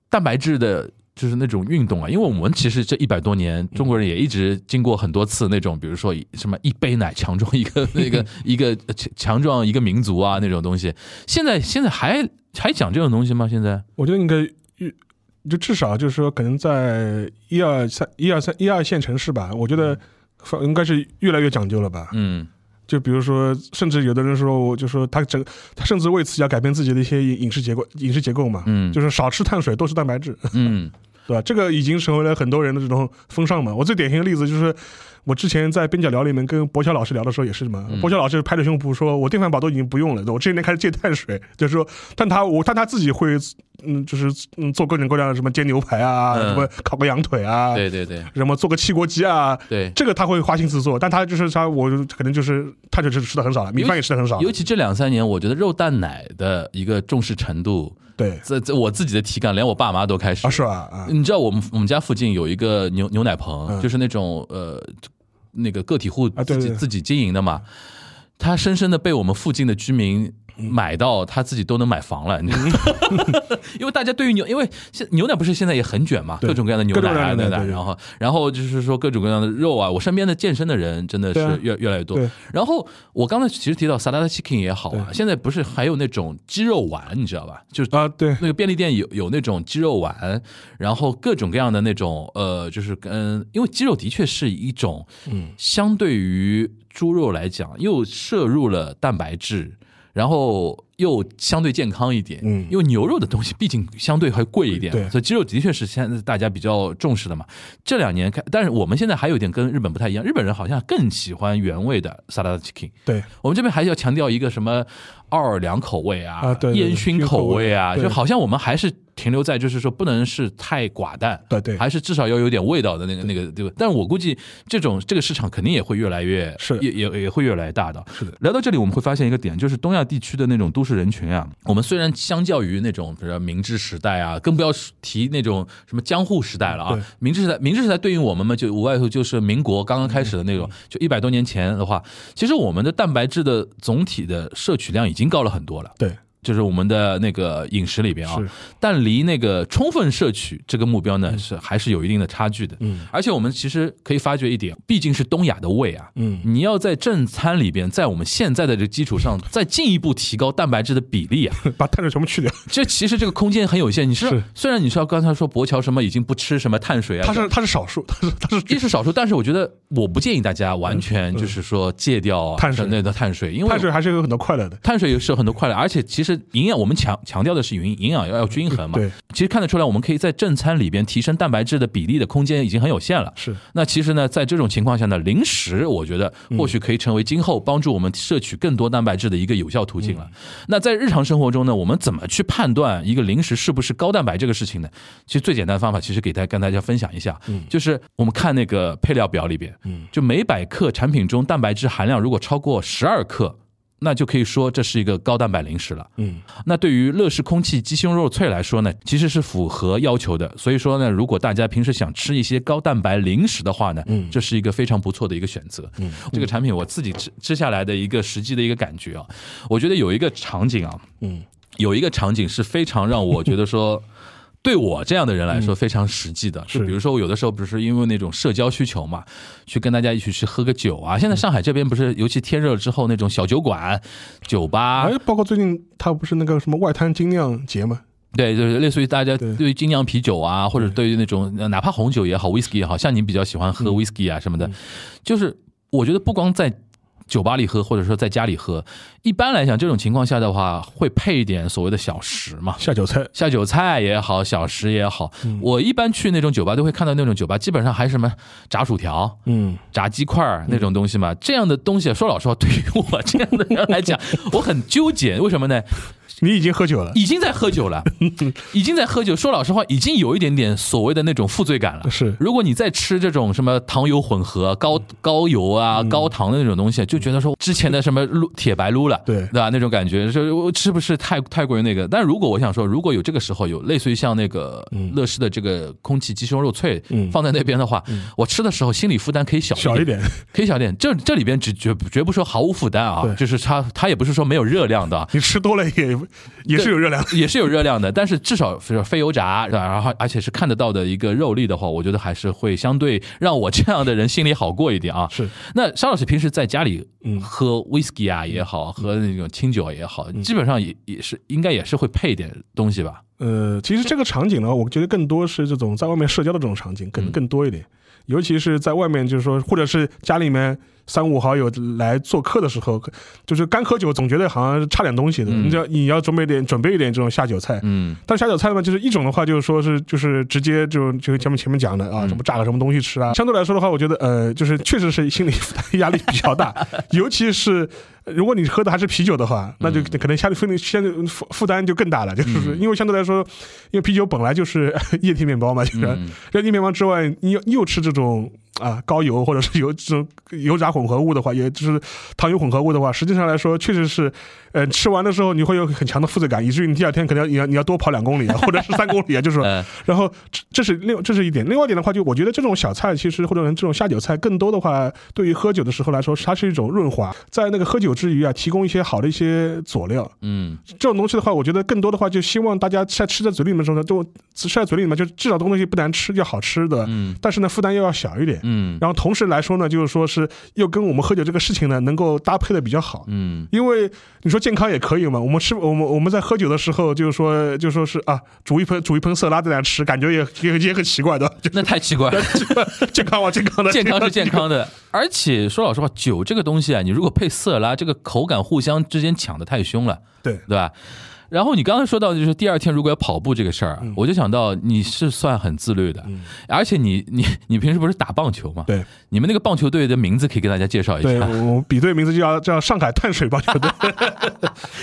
Speaker 2: 蛋白质的。就是那种运动啊，因为我们其实这一百多
Speaker 4: 嗯
Speaker 2: 年，中国人也一直经过很多次那种，比如说什么一杯奶强壮一个那 个一个呃强强壮一个民族啊那种东西。现在现在还还讲这种东西吗？现在
Speaker 4: 我觉得应该预，就至少就是说，可能在一二三、一二三、一二线城市吧，我觉得应该是越来越讲究了吧。
Speaker 2: 嗯，
Speaker 4: 就比如说，甚至有的人说，我就说他整，他甚至为此要改变自己的一些饮饮食结构、饮食结构嘛，
Speaker 2: 嗯
Speaker 4: 就是少吃碳水，多吃蛋白质，
Speaker 2: 嗯
Speaker 4: 对吧？这个已经成为了很多人的这种风尚嘛。我最典型的例子就是，我之前在边角聊里面跟博乔老师聊的时候也是嘛，
Speaker 2: 嗯
Speaker 4: 博乔老师拍着胸脯说，我电饭煲都已经不用了，我这一年开始戒碳水，就是说，但他我但他自己会，嗯，就是嗯做各种各样的什么煎牛排啊，
Speaker 2: 嗯
Speaker 4: 什么烤个羊腿啊，
Speaker 2: 对对对
Speaker 4: 什么做个汽锅鸡啊，
Speaker 2: 对。
Speaker 4: 这个他会花心思做，但他就是他，我就可能就是碳水吃吃的很少了，米饭也吃的很少了，
Speaker 2: 尤其这两三年，我觉得肉蛋奶的一个重视程度，
Speaker 4: 对
Speaker 2: 在在我自己的体感，连我爸妈都开始
Speaker 4: 啊是吧啊
Speaker 2: 你知道我们我们家附近有一个牛牛奶棚，
Speaker 4: 嗯
Speaker 2: 就是那种呃那个个体户自己、
Speaker 4: 啊对对对
Speaker 2: 自己经营的嘛，他深深的被我们附近的居民。
Speaker 4: 嗯
Speaker 2: 买到他自己都能买房了，你知道吗？ 因为大家对于牛，因为现牛奶不是现在也很卷嘛，
Speaker 4: 对
Speaker 2: 各种各样的牛
Speaker 4: 各
Speaker 2: 奶
Speaker 4: 种各
Speaker 2: 啊，
Speaker 4: 样的
Speaker 2: 对
Speaker 4: 牛
Speaker 2: 的。
Speaker 4: 奶对对
Speaker 2: 然后，然后就是说各种各样的肉啊，我身边的健身的人真的
Speaker 4: 对啊
Speaker 2: 是越越来越多
Speaker 4: 对。
Speaker 2: 然后我刚才其实提到 salad chicken 也好啊，
Speaker 4: 对
Speaker 2: 现在不是还有那种鸡肉丸，你知道吧？就是
Speaker 4: 啊对
Speaker 2: 那个便利店有有那种鸡肉丸，然后各种各样的那种呃，就是跟因为鸡肉的确是一种，嗯，相对于猪肉来讲，又摄入了蛋白质，然后又相对健康一点，
Speaker 4: 嗯
Speaker 2: 因为牛肉的东西毕竟相对还贵一点嘛，
Speaker 4: 对
Speaker 2: 所以鸡肉的确是现在大家比较重视的嘛。这两年看，但是我们现在还有一点跟日本不太一样，日本人好像更喜欢原味的 salad chicken，
Speaker 4: 对
Speaker 2: 我们这边还要强调一个什么奥尔良口味啊，
Speaker 4: 啊对对对
Speaker 2: 烟熏口味啊，
Speaker 4: 熏口味
Speaker 2: 就
Speaker 4: 对
Speaker 2: 好像我们还是停留在就是说不能是太寡淡，
Speaker 4: 对对
Speaker 2: 还是至少要有点味道的那个那个对吧？但是我估计这种这个市场肯定也会越来越
Speaker 4: 是
Speaker 2: 也也也会越来越大的。
Speaker 4: 是的，
Speaker 2: 聊到这里，我们会发现一个点，就是东亚地区的那种都市人群啊，我们虽然相较于那种比如说明治时代啊，更不要提那种什么江户时代了
Speaker 4: 对
Speaker 2: 啊。明治时代，明治时代对应我们嘛，就无外乎就是民国刚刚开始的那种，
Speaker 4: 嗯
Speaker 2: 就一百多年前的话，其实我们的蛋白质的总体的摄取量已经高了很多了。
Speaker 4: 对
Speaker 2: 就是我们的那个饮食里边啊
Speaker 4: 是，
Speaker 2: 但离那个充分摄取这个目标呢，是还是有一定的差距的。
Speaker 4: 嗯，
Speaker 2: 而且我们其实可以发觉一点，毕竟是东亚的胃啊，
Speaker 4: 嗯
Speaker 2: 你要在正餐里边，在我们现在的这基础 上，再进一步提高蛋白质的比例啊，
Speaker 4: 把碳水全部去掉，
Speaker 2: 这其实这个空间很有限。你是
Speaker 4: 是
Speaker 2: 虽然你说刚才说博乔什么已经不吃什么碳水啊，
Speaker 4: 他是他是少数，他是他是
Speaker 2: 一是少数，但是我觉得我不建议大家完全就是说戒掉啊
Speaker 4: 嗯碳水
Speaker 2: 那的碳水，因为
Speaker 4: 碳水还是有很多快乐的，
Speaker 2: 碳水也是有很多快乐，而且其实营养我们强强调的是营营养要要均衡嘛。
Speaker 4: 对，
Speaker 2: 其实看得出来，我们可以在正餐里边提升蛋白质的比例的空间已经很有限了。
Speaker 4: 是
Speaker 2: 那其实呢，在这种情况下呢，零食我觉得或许可以成为今后帮助我们摄取更多蛋白质的一个有效途径了。那在日常生活中呢，我们怎么去判断一个零食是不是高蛋白这个事情呢？其实最简单的方法，其实给大家跟大家分享一下，就是我们看那个配料表里边，就每百克产品中蛋白质含量如果超过十二克。那就可以说这是一个高蛋白零食了。
Speaker 4: 嗯，
Speaker 2: 那对于乐事空气鸡胸肉脆来说呢，其实是符合要求的。所以说呢，如果大家平时想吃一些高蛋白零食的话呢，
Speaker 4: 嗯
Speaker 2: 这是一个非常不错的一个选择。嗯，这个产品我自己吃吃下来的一个实际的一个感觉啊，我觉得有一个场景啊，
Speaker 4: 嗯，
Speaker 2: 有一个场景是非常让我觉得说。对我这样的人来说非常实际的，就比如说我有的时候不是因为那种社交需求嘛，去跟大家一起去喝个酒啊。现在上海这边不是，尤其天热了之后，那种小酒馆、酒吧，
Speaker 4: 哎，包括最近他不是那个什么外滩精酿节嘛，
Speaker 2: 对，就是类似于大家
Speaker 4: 对
Speaker 2: 对于精酿啤酒啊，或者对于那种呃哪怕红酒也好，whisky 也好，像你比较喜欢喝 whisky 啊什么的，就是我觉得不光在酒吧里喝，或者说在家里喝，一般来讲这种情况下的话，会配一点所谓的小食嘛。
Speaker 4: 下酒菜，
Speaker 2: 下酒菜也好，小食也好，我一般去那种酒吧都会看到那种酒吧，基本上还是什么炸薯条、
Speaker 4: 嗯，
Speaker 2: 炸鸡块儿那种东西嘛。这样的东西，说老实话，对于我这样的人来讲，我很纠结。为什么呢？
Speaker 4: 你已经喝酒了，
Speaker 2: 已经在喝酒 了，已经在喝酒。说老实话，已经有一点点所谓的那种负罪感了。
Speaker 4: 是 嗯
Speaker 2: 如果你再吃这种什么糖油混合、高高油啊、高糖的那种东西，就觉得说之前的什么撸铁白撸了，
Speaker 4: 对
Speaker 2: 对吧？那种感觉，说我是不是太太过于那个？但如果我想说，如果有这个时候有类似于像那个乐事的这个空气鸡胸肉脆
Speaker 4: 嗯
Speaker 2: 放在那边的话，我吃的时候心理负担可以小
Speaker 4: 小一点，
Speaker 2: 可以小一点。这这里边只绝绝不说毫无负担啊
Speaker 4: 对，
Speaker 2: 就是它它也不是说没有热量的啊，
Speaker 4: 你吃多了也也是有热 量的，
Speaker 2: 也是有热量的，但是至少是非油炸，是吧然后而且是看得到的一个肉粒的话，我觉得还是会相对让我这样的人心里好过一点啊。
Speaker 4: 是
Speaker 2: 那沙老师平时在家里喝
Speaker 4: 嗯
Speaker 2: whisky 啊也好，喝那种清酒也好，基本上也也是应该也是会配一点东西吧？
Speaker 4: 呃，其实这个场景呢，我觉得更多是这种在外面社交的这种场景，
Speaker 2: 嗯
Speaker 4: 可能更多一点。尤其是在外面，就是说，或者是家里面三五好友来做客的时候，可就是干喝酒，总觉得好像差点东西的。
Speaker 2: 嗯
Speaker 4: 你只要你要准备点准备一点这种下酒菜。
Speaker 2: 嗯
Speaker 4: 但下酒菜嘛，就是一种的话，就是说是就是直接就就前面前面讲的啊，
Speaker 2: 嗯
Speaker 4: 什么炸个什么东西吃啊。相对来说的话，我觉得呃，就是确实是心理负担 压力比较大，尤其是如果你喝的还是啤酒的话，那
Speaker 2: 嗯
Speaker 4: 就可能下心理相对负负担就更大了，就是因为相对来说，因为啤酒本来就是 液体面包嘛，就是
Speaker 2: 嗯
Speaker 4: 液体面包之外，你又又吃这种。啊，高油或者是油这种油炸混合物的话，也就是糖油混合物的话，实际上来说，确实是，呃，吃完的时候你会有很强的负罪感，以至于你第二天可能要你要你要多跑两公里啊，或者是三公里啊，就是说
Speaker 2: 呃
Speaker 4: 然后这这是另这是一点，另外一点的话，就我觉得这种小菜其实或者这种下酒菜，更多的话对于喝酒的时候来说，它是一种润滑，在那个喝酒之余啊，提供一些好的一些佐料。
Speaker 2: 嗯
Speaker 4: 这种东西的话，我觉得更多的话就希望大家在吃在嘴里面的时候呢，就吃在嘴里面就至少东西不难吃，要好吃的，
Speaker 2: 嗯
Speaker 4: 但是呢负担又要小一点。
Speaker 2: 嗯
Speaker 4: 然后同时来说呢，就是说是又跟我们喝酒这个事情呢，能够搭配的比较好。
Speaker 2: 嗯
Speaker 4: 因为你说健康也可以嘛，我们吃我们我们在喝酒的时候，就是说就说是啊，煮一盆煮一盆色拉在那吃，感觉也也也很奇怪的， 就
Speaker 2: 那太奇怪了。
Speaker 4: 健康啊，健康的，
Speaker 2: 健康是健康的，而且说老实话，酒这个东西啊，你如果配色拉，这个口感互相之间抢的太凶了，
Speaker 4: 对
Speaker 2: 对吧？然后你刚刚说到就是第二天如果要跑步这个事儿啊，
Speaker 4: 嗯
Speaker 2: 我就想到你是算很自律的，而且你你你平时不是打棒球吗？
Speaker 4: 对，
Speaker 2: 你们那个棒球队的名字可以跟大家介绍一
Speaker 4: 对
Speaker 2: 下。
Speaker 4: 我我比对名字就叫叫上海碳水棒球队，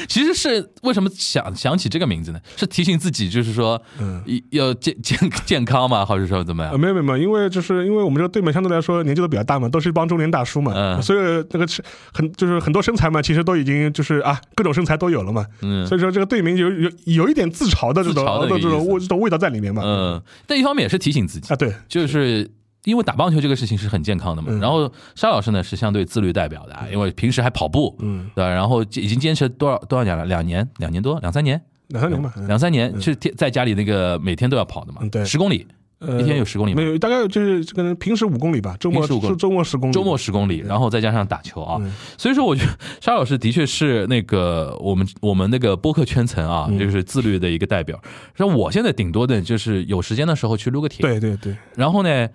Speaker 2: 其实是为什么想想起这个名字呢？是提醒自己，就是说，
Speaker 4: 嗯
Speaker 2: 一，要健健健康嘛，或者说怎么
Speaker 4: 呃，
Speaker 2: 样？
Speaker 4: 没有没有没有，因为就是因为我们这个队们相对来说年纪都比较大嘛，都是一帮中年大叔嘛，
Speaker 2: 嗯
Speaker 4: 所以那个吃很就是很多身材嘛，其实都已经就是啊各种身材都有了嘛，
Speaker 2: 嗯
Speaker 4: 所以说这个队名有有有一点自嘲的这种
Speaker 2: 自嘲的一个
Speaker 4: 这
Speaker 2: 意
Speaker 4: 种
Speaker 2: 思
Speaker 4: 味这种味道在里面嘛，
Speaker 2: 嗯，但一方面也是提醒自己
Speaker 4: 啊，对，
Speaker 2: 就是因为打棒球这个事情是很健康的嘛。
Speaker 4: 嗯
Speaker 2: 然后沙老师呢是相对自律代表的啊，因为平时还跑步，
Speaker 4: 嗯，
Speaker 2: 对吧？然后已经坚持多少多少年了？两年，两年多，两三年，
Speaker 4: 两三年吧，嗯
Speaker 2: 两三年是天在家里那个每天都要跑的嘛，
Speaker 4: 嗯对
Speaker 2: 十公里，
Speaker 4: 呃
Speaker 2: 一天有十公里吗
Speaker 4: 没有，大概就是可能平时五公里吧，周末
Speaker 2: 平时5公里
Speaker 4: 周周末十公里，
Speaker 2: 周末十公里，然后再加上打球啊
Speaker 4: 嗯，
Speaker 2: 所以说我觉得沙老师的确是那个我们我们那个播客圈层啊，
Speaker 4: 嗯
Speaker 2: 就是自律的一个代表。像我现在顶多的就是有时间的时候去撸个铁，
Speaker 4: 对对对，
Speaker 2: 然后呢，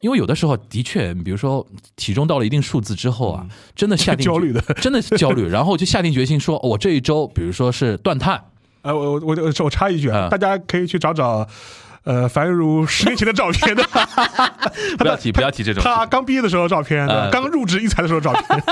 Speaker 2: 因为有的时候的确，比如说体重到了一定数字之后啊，真的下定
Speaker 4: 嗯焦虑的
Speaker 2: 真的是焦虑， 然后就下定决心说，哦我这一周，比如说是断碳，
Speaker 4: 哎，我我我我插一句啊，
Speaker 2: 嗯
Speaker 4: 大家可以去找找，呃，樊如十年前的照片的，
Speaker 2: 不要提不要提这种。
Speaker 4: 他刚毕业的时候的照片，对吧
Speaker 2: 呃
Speaker 4: 刚入职一才的时候的照片，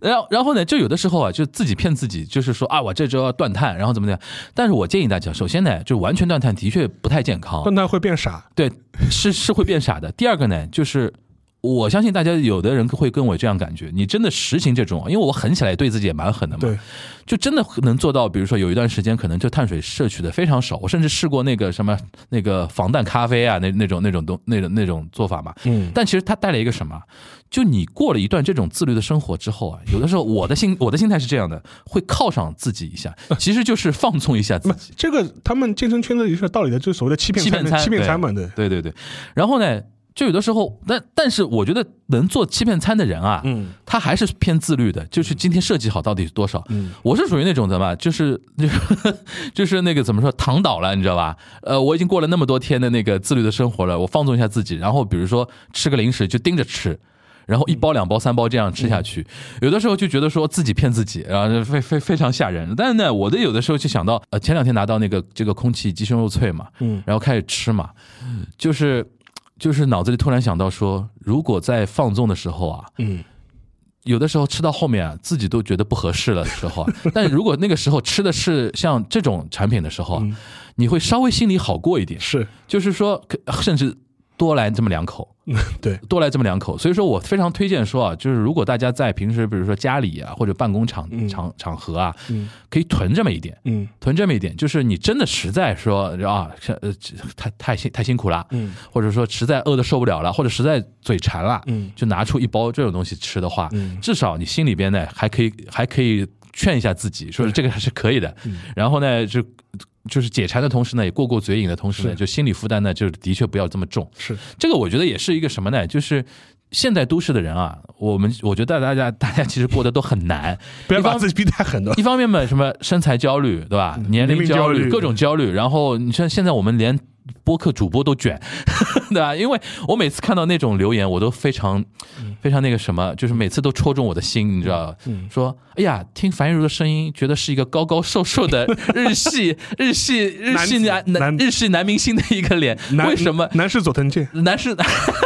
Speaker 2: 然后然后呢，就有的时候啊，就自己骗自己，就是说啊，我这周要断碳，然后怎么怎么样。但是我建议大家，首先呢，就完全断碳的确不太健康，
Speaker 4: 但他会变傻。
Speaker 2: 对，是是会变傻的。第二个呢，就是我相信大家有的人会跟我这样感觉，你真的实行这种，因为我狠起来对自己也蛮狠的嘛，
Speaker 4: 对，
Speaker 2: 就真的能做到，比如说有一段时间可能就碳水摄取的非常少，我甚至试过那个什么那个防弹咖啡啊，那那种那种东那种那种做法嘛。
Speaker 4: 嗯，
Speaker 2: 但其实它带来一个什么？就你过了一段这种自律的生活之后啊，有的时候我的心我的心态是这样的，会犒赏自己一 下，其实就是放纵一下自己。
Speaker 4: 这个他们健身圈子里是有道理的，就是所谓的欺骗
Speaker 2: 欺骗餐
Speaker 4: 欺骗
Speaker 2: 对
Speaker 4: 餐嘛，对，
Speaker 2: 对对对，然后呢，就有的时候，但但是我觉得能做欺骗餐的人啊，
Speaker 4: 嗯
Speaker 2: 他还是偏自律的，就是今天设计好到底是多少。
Speaker 4: 嗯
Speaker 2: 我是属于那种怎么，就是就是就是那个怎么说，躺倒了，你知道吧？呃，我已经过了那么多天的那个自律的生活了，我放纵一下自己，然后比如说吃个零食就盯着吃。然后一包两包三包这样吃下
Speaker 4: 嗯
Speaker 2: 去，有的时候就觉得说自己骗自己，然后非非非常吓人。但是呢，我的有的时候就想到，呃，前两天拿到那个这个空气鸡胸肉脆嘛，
Speaker 4: 嗯，
Speaker 2: 然后开始吃嘛，就是就是脑子里突然想到说，如果在放纵的时候啊，
Speaker 4: 嗯，
Speaker 2: 有的时候吃到后面啊，自己都觉得不合适了的时候 啊，但如果那个时候吃的是像这种产品的时候啊，
Speaker 4: 嗯
Speaker 2: 你会稍微心里好过一点，
Speaker 4: 是
Speaker 2: 就是说可甚至多来这么两口。
Speaker 4: 对，
Speaker 2: 多来这么两口，所以说我非常推荐说啊，就是如果大家在平时，比如说家里啊或者办公场
Speaker 4: 嗯
Speaker 2: 场场合啊，
Speaker 4: 嗯
Speaker 2: 可以囤这么一点，
Speaker 4: 嗯
Speaker 2: 囤这么一点，就是你真的实在说啊，呃，太太辛太辛苦了，
Speaker 4: 嗯
Speaker 2: 或者说实在饿的受不了了，或者实在嘴馋了，
Speaker 4: 嗯
Speaker 2: 就拿出一包这种东西吃的话，
Speaker 4: 嗯
Speaker 2: 至少你心里边呢还可以还可以劝一下自己，说这个还是可以的。
Speaker 4: 嗯
Speaker 2: 然后呢，就就是解馋的同时呢，也过过嘴瘾的同时呢，
Speaker 4: 是嗯
Speaker 2: 就心理负担呢，就是的确不要这么重。
Speaker 4: 是，
Speaker 2: 这个我觉得也是一个什么呢？就是现代都市的人啊，我们我觉得大家大家其实过得都很难，
Speaker 4: 不要
Speaker 2: 一方
Speaker 4: 把自己逼得太狠了
Speaker 2: 一。方面嘛，什么身材焦虑，对吧？嗯年
Speaker 4: 年龄
Speaker 2: 龄
Speaker 4: 焦
Speaker 2: 焦虑，
Speaker 4: 虑
Speaker 2: 各种焦虑。然后你像现在我们连播客主播都卷， 对吧？因为我每次看到那种留言，我都非常非常那个什么，就是每次都戳中我的心，你知道吧？说哎呀，听樊一茹的声音，觉得是一个高高瘦瘦的日系日系日系
Speaker 4: 男
Speaker 2: 男
Speaker 4: 子
Speaker 2: 男
Speaker 4: 男
Speaker 2: 日系男明星的一个脸，
Speaker 4: 男
Speaker 2: 为什么？
Speaker 4: 男士佐藤健？
Speaker 2: 男士，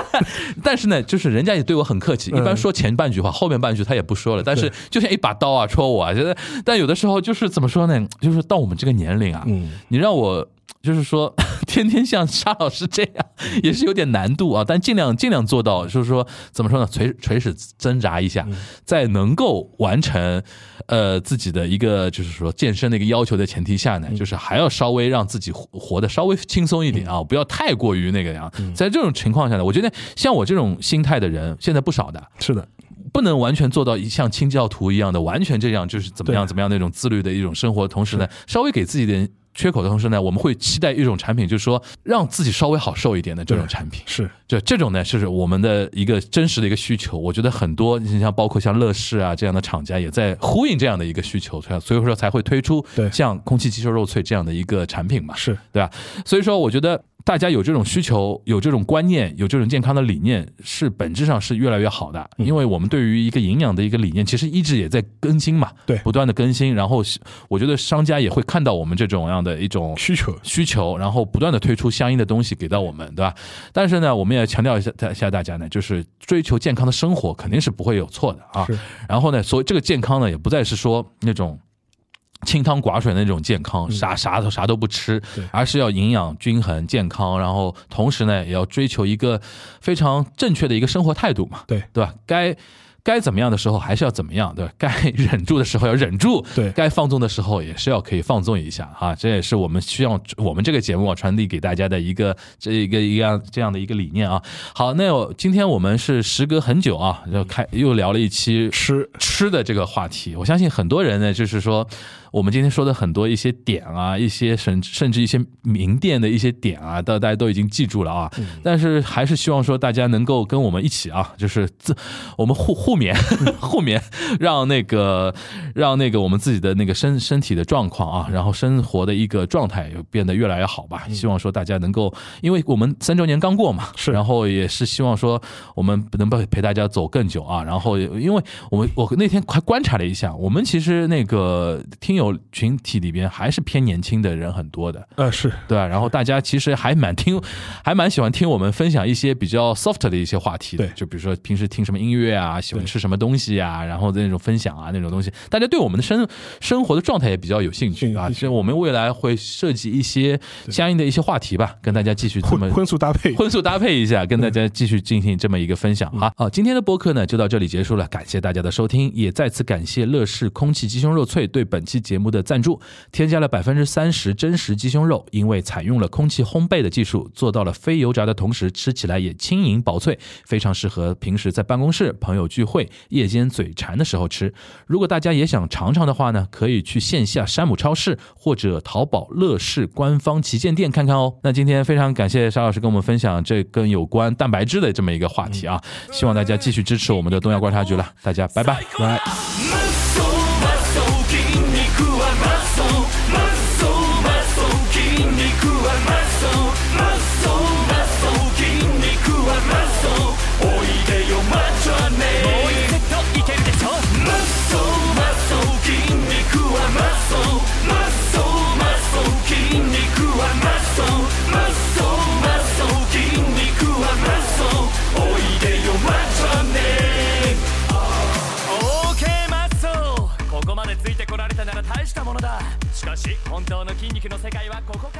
Speaker 2: 但是呢，就是人家也对我很客气，
Speaker 4: 嗯
Speaker 2: 一般说前半句话，后面半句他也不说了。但是就像一把刀啊，戳我啊，觉得，但有的时候就是怎么说呢？就是到我们这个年龄啊，
Speaker 4: 嗯，
Speaker 2: 你让我就是说 天天像沙老师这样，也是有点难度啊。但尽量尽量做到，就是说怎么说呢？垂垂死挣扎一下，在能够完成呃自己的一个就是说健身的一个要求的前提下呢，就是还要稍微让自己活活得稍微轻松一点啊，不要太过于那个样。在这种情况下呢，我觉得像我这种心态的人现在不少的，
Speaker 4: 是的，
Speaker 2: 不能完全做到一像清教徒一样的完全这样，就是怎么样怎么样那种自律的一种生活。同时呢，稍微给自己一点缺口的同时呢，我们会期待一种产品，就是说让自己稍微好受一点的这种产品。
Speaker 4: 是
Speaker 2: 就这种呢，是我们的一个真实的一个需求。我觉得很多，你像包括像乐视啊这样的厂家，也在呼应这样的一个需求，所以所以说才会推出
Speaker 4: 对
Speaker 2: 像空气吸收肉萃这样的一个产品嘛。
Speaker 4: 是，
Speaker 2: 对吧？所以说，我觉得大家有这种需求、有这种观念、有这种健康的理念，是本质上是越来越好的，
Speaker 4: 嗯
Speaker 2: 因为我们对于一个营养的一个理念，其实一直也在更新嘛，
Speaker 4: 对
Speaker 2: 不断的更新。然后是，我觉得商家也会看到我们这种样的一种
Speaker 4: 需求
Speaker 2: 需求，然后不断的推出相应的东西给到我们，对吧？但是呢，我们也强调一下大下大家呢，就是追求健康的生活肯定是不会有错的啊
Speaker 4: 是。
Speaker 2: 然后呢，所以这个健康呢，也不再是说那种。清汤寡水的那种健康，啥啥都啥都不吃
Speaker 4: 嗯对，
Speaker 2: 而是要营养均衡、健康，然后同时呢，也要追求一个非常正确的一个生活态度嘛，
Speaker 4: 对
Speaker 2: 对吧？该该怎么样的时候还是要怎么样，对吧？该 忍住的时候要忍住，
Speaker 4: 对
Speaker 2: 该放纵的时候也是要可以放纵一下哈、这也是我们需要我们这个节目啊传递给大家的一个这一个一样这样的一个理念啊。好，那我今天我们是时隔很久啊，就开又聊了一期
Speaker 4: 吃
Speaker 2: 吃的这个话题，我相信很多人呢，就是说我们今天说的很多一些点啊，一些甚甚至一些名店的一些点啊，到大家都已经记住了啊。但是还是希望说大家能够跟我们一起啊，就是自我们互互勉 互勉，让那个让那个我们自己的那个身身体的状况啊，然后生活的一个状态也变得越来越好吧。希望说大家能够，因为我们三周年刚过嘛，
Speaker 4: 是
Speaker 2: 然后也是希望说我们能陪陪大家走更久啊。然后也因为我们我那天还观察了一下，我们其实那个听友群体里边还是偏年轻的人很多的，
Speaker 4: 呃是
Speaker 2: 对吧、然后大家其实还蛮听，还蛮喜欢听我们分享一些比较 soft 的一些话题的，
Speaker 4: 对
Speaker 2: 就比如说平时听什么音乐啊，喜欢
Speaker 4: 对
Speaker 2: 吃什么东西啊，然后那种分享啊那种东西，大家对我们的生生活的状态也比较有兴趣
Speaker 4: 兴
Speaker 2: 啊。
Speaker 4: 趣
Speaker 2: 其实我们未来会设计一些相应的一些话题吧，跟大家继续这么
Speaker 4: 荤荤素搭配，
Speaker 2: 荤素搭配一下，跟大家继续进行这么一个分享哈。好，今天的播客呢就到这里结束了，感谢大家的收听，也再次感谢乐视空气鸡胸肉脆对本期节目的赞助，添加了百分之三十真实鸡胸肉，因为采用了空气烘焙的技术，做到了非油炸的同时吃起来也轻盈薄脆，非常适合平时在办公室、朋友聚会、夜间嘴馋的时候吃。如果大家也想尝尝的话呢，可以去线下山姆超市或者淘宝乐视官方旗舰店看看哦。那今天非常感谢沙老师跟我们分享这跟有关蛋白质的这么一个话题啊，希望大家继续支持我们的东亚观察局了，大家拜拜。
Speaker 5: OK マッソここまでついてこられたなら大したものだしかし本当の筋肉の世界はここから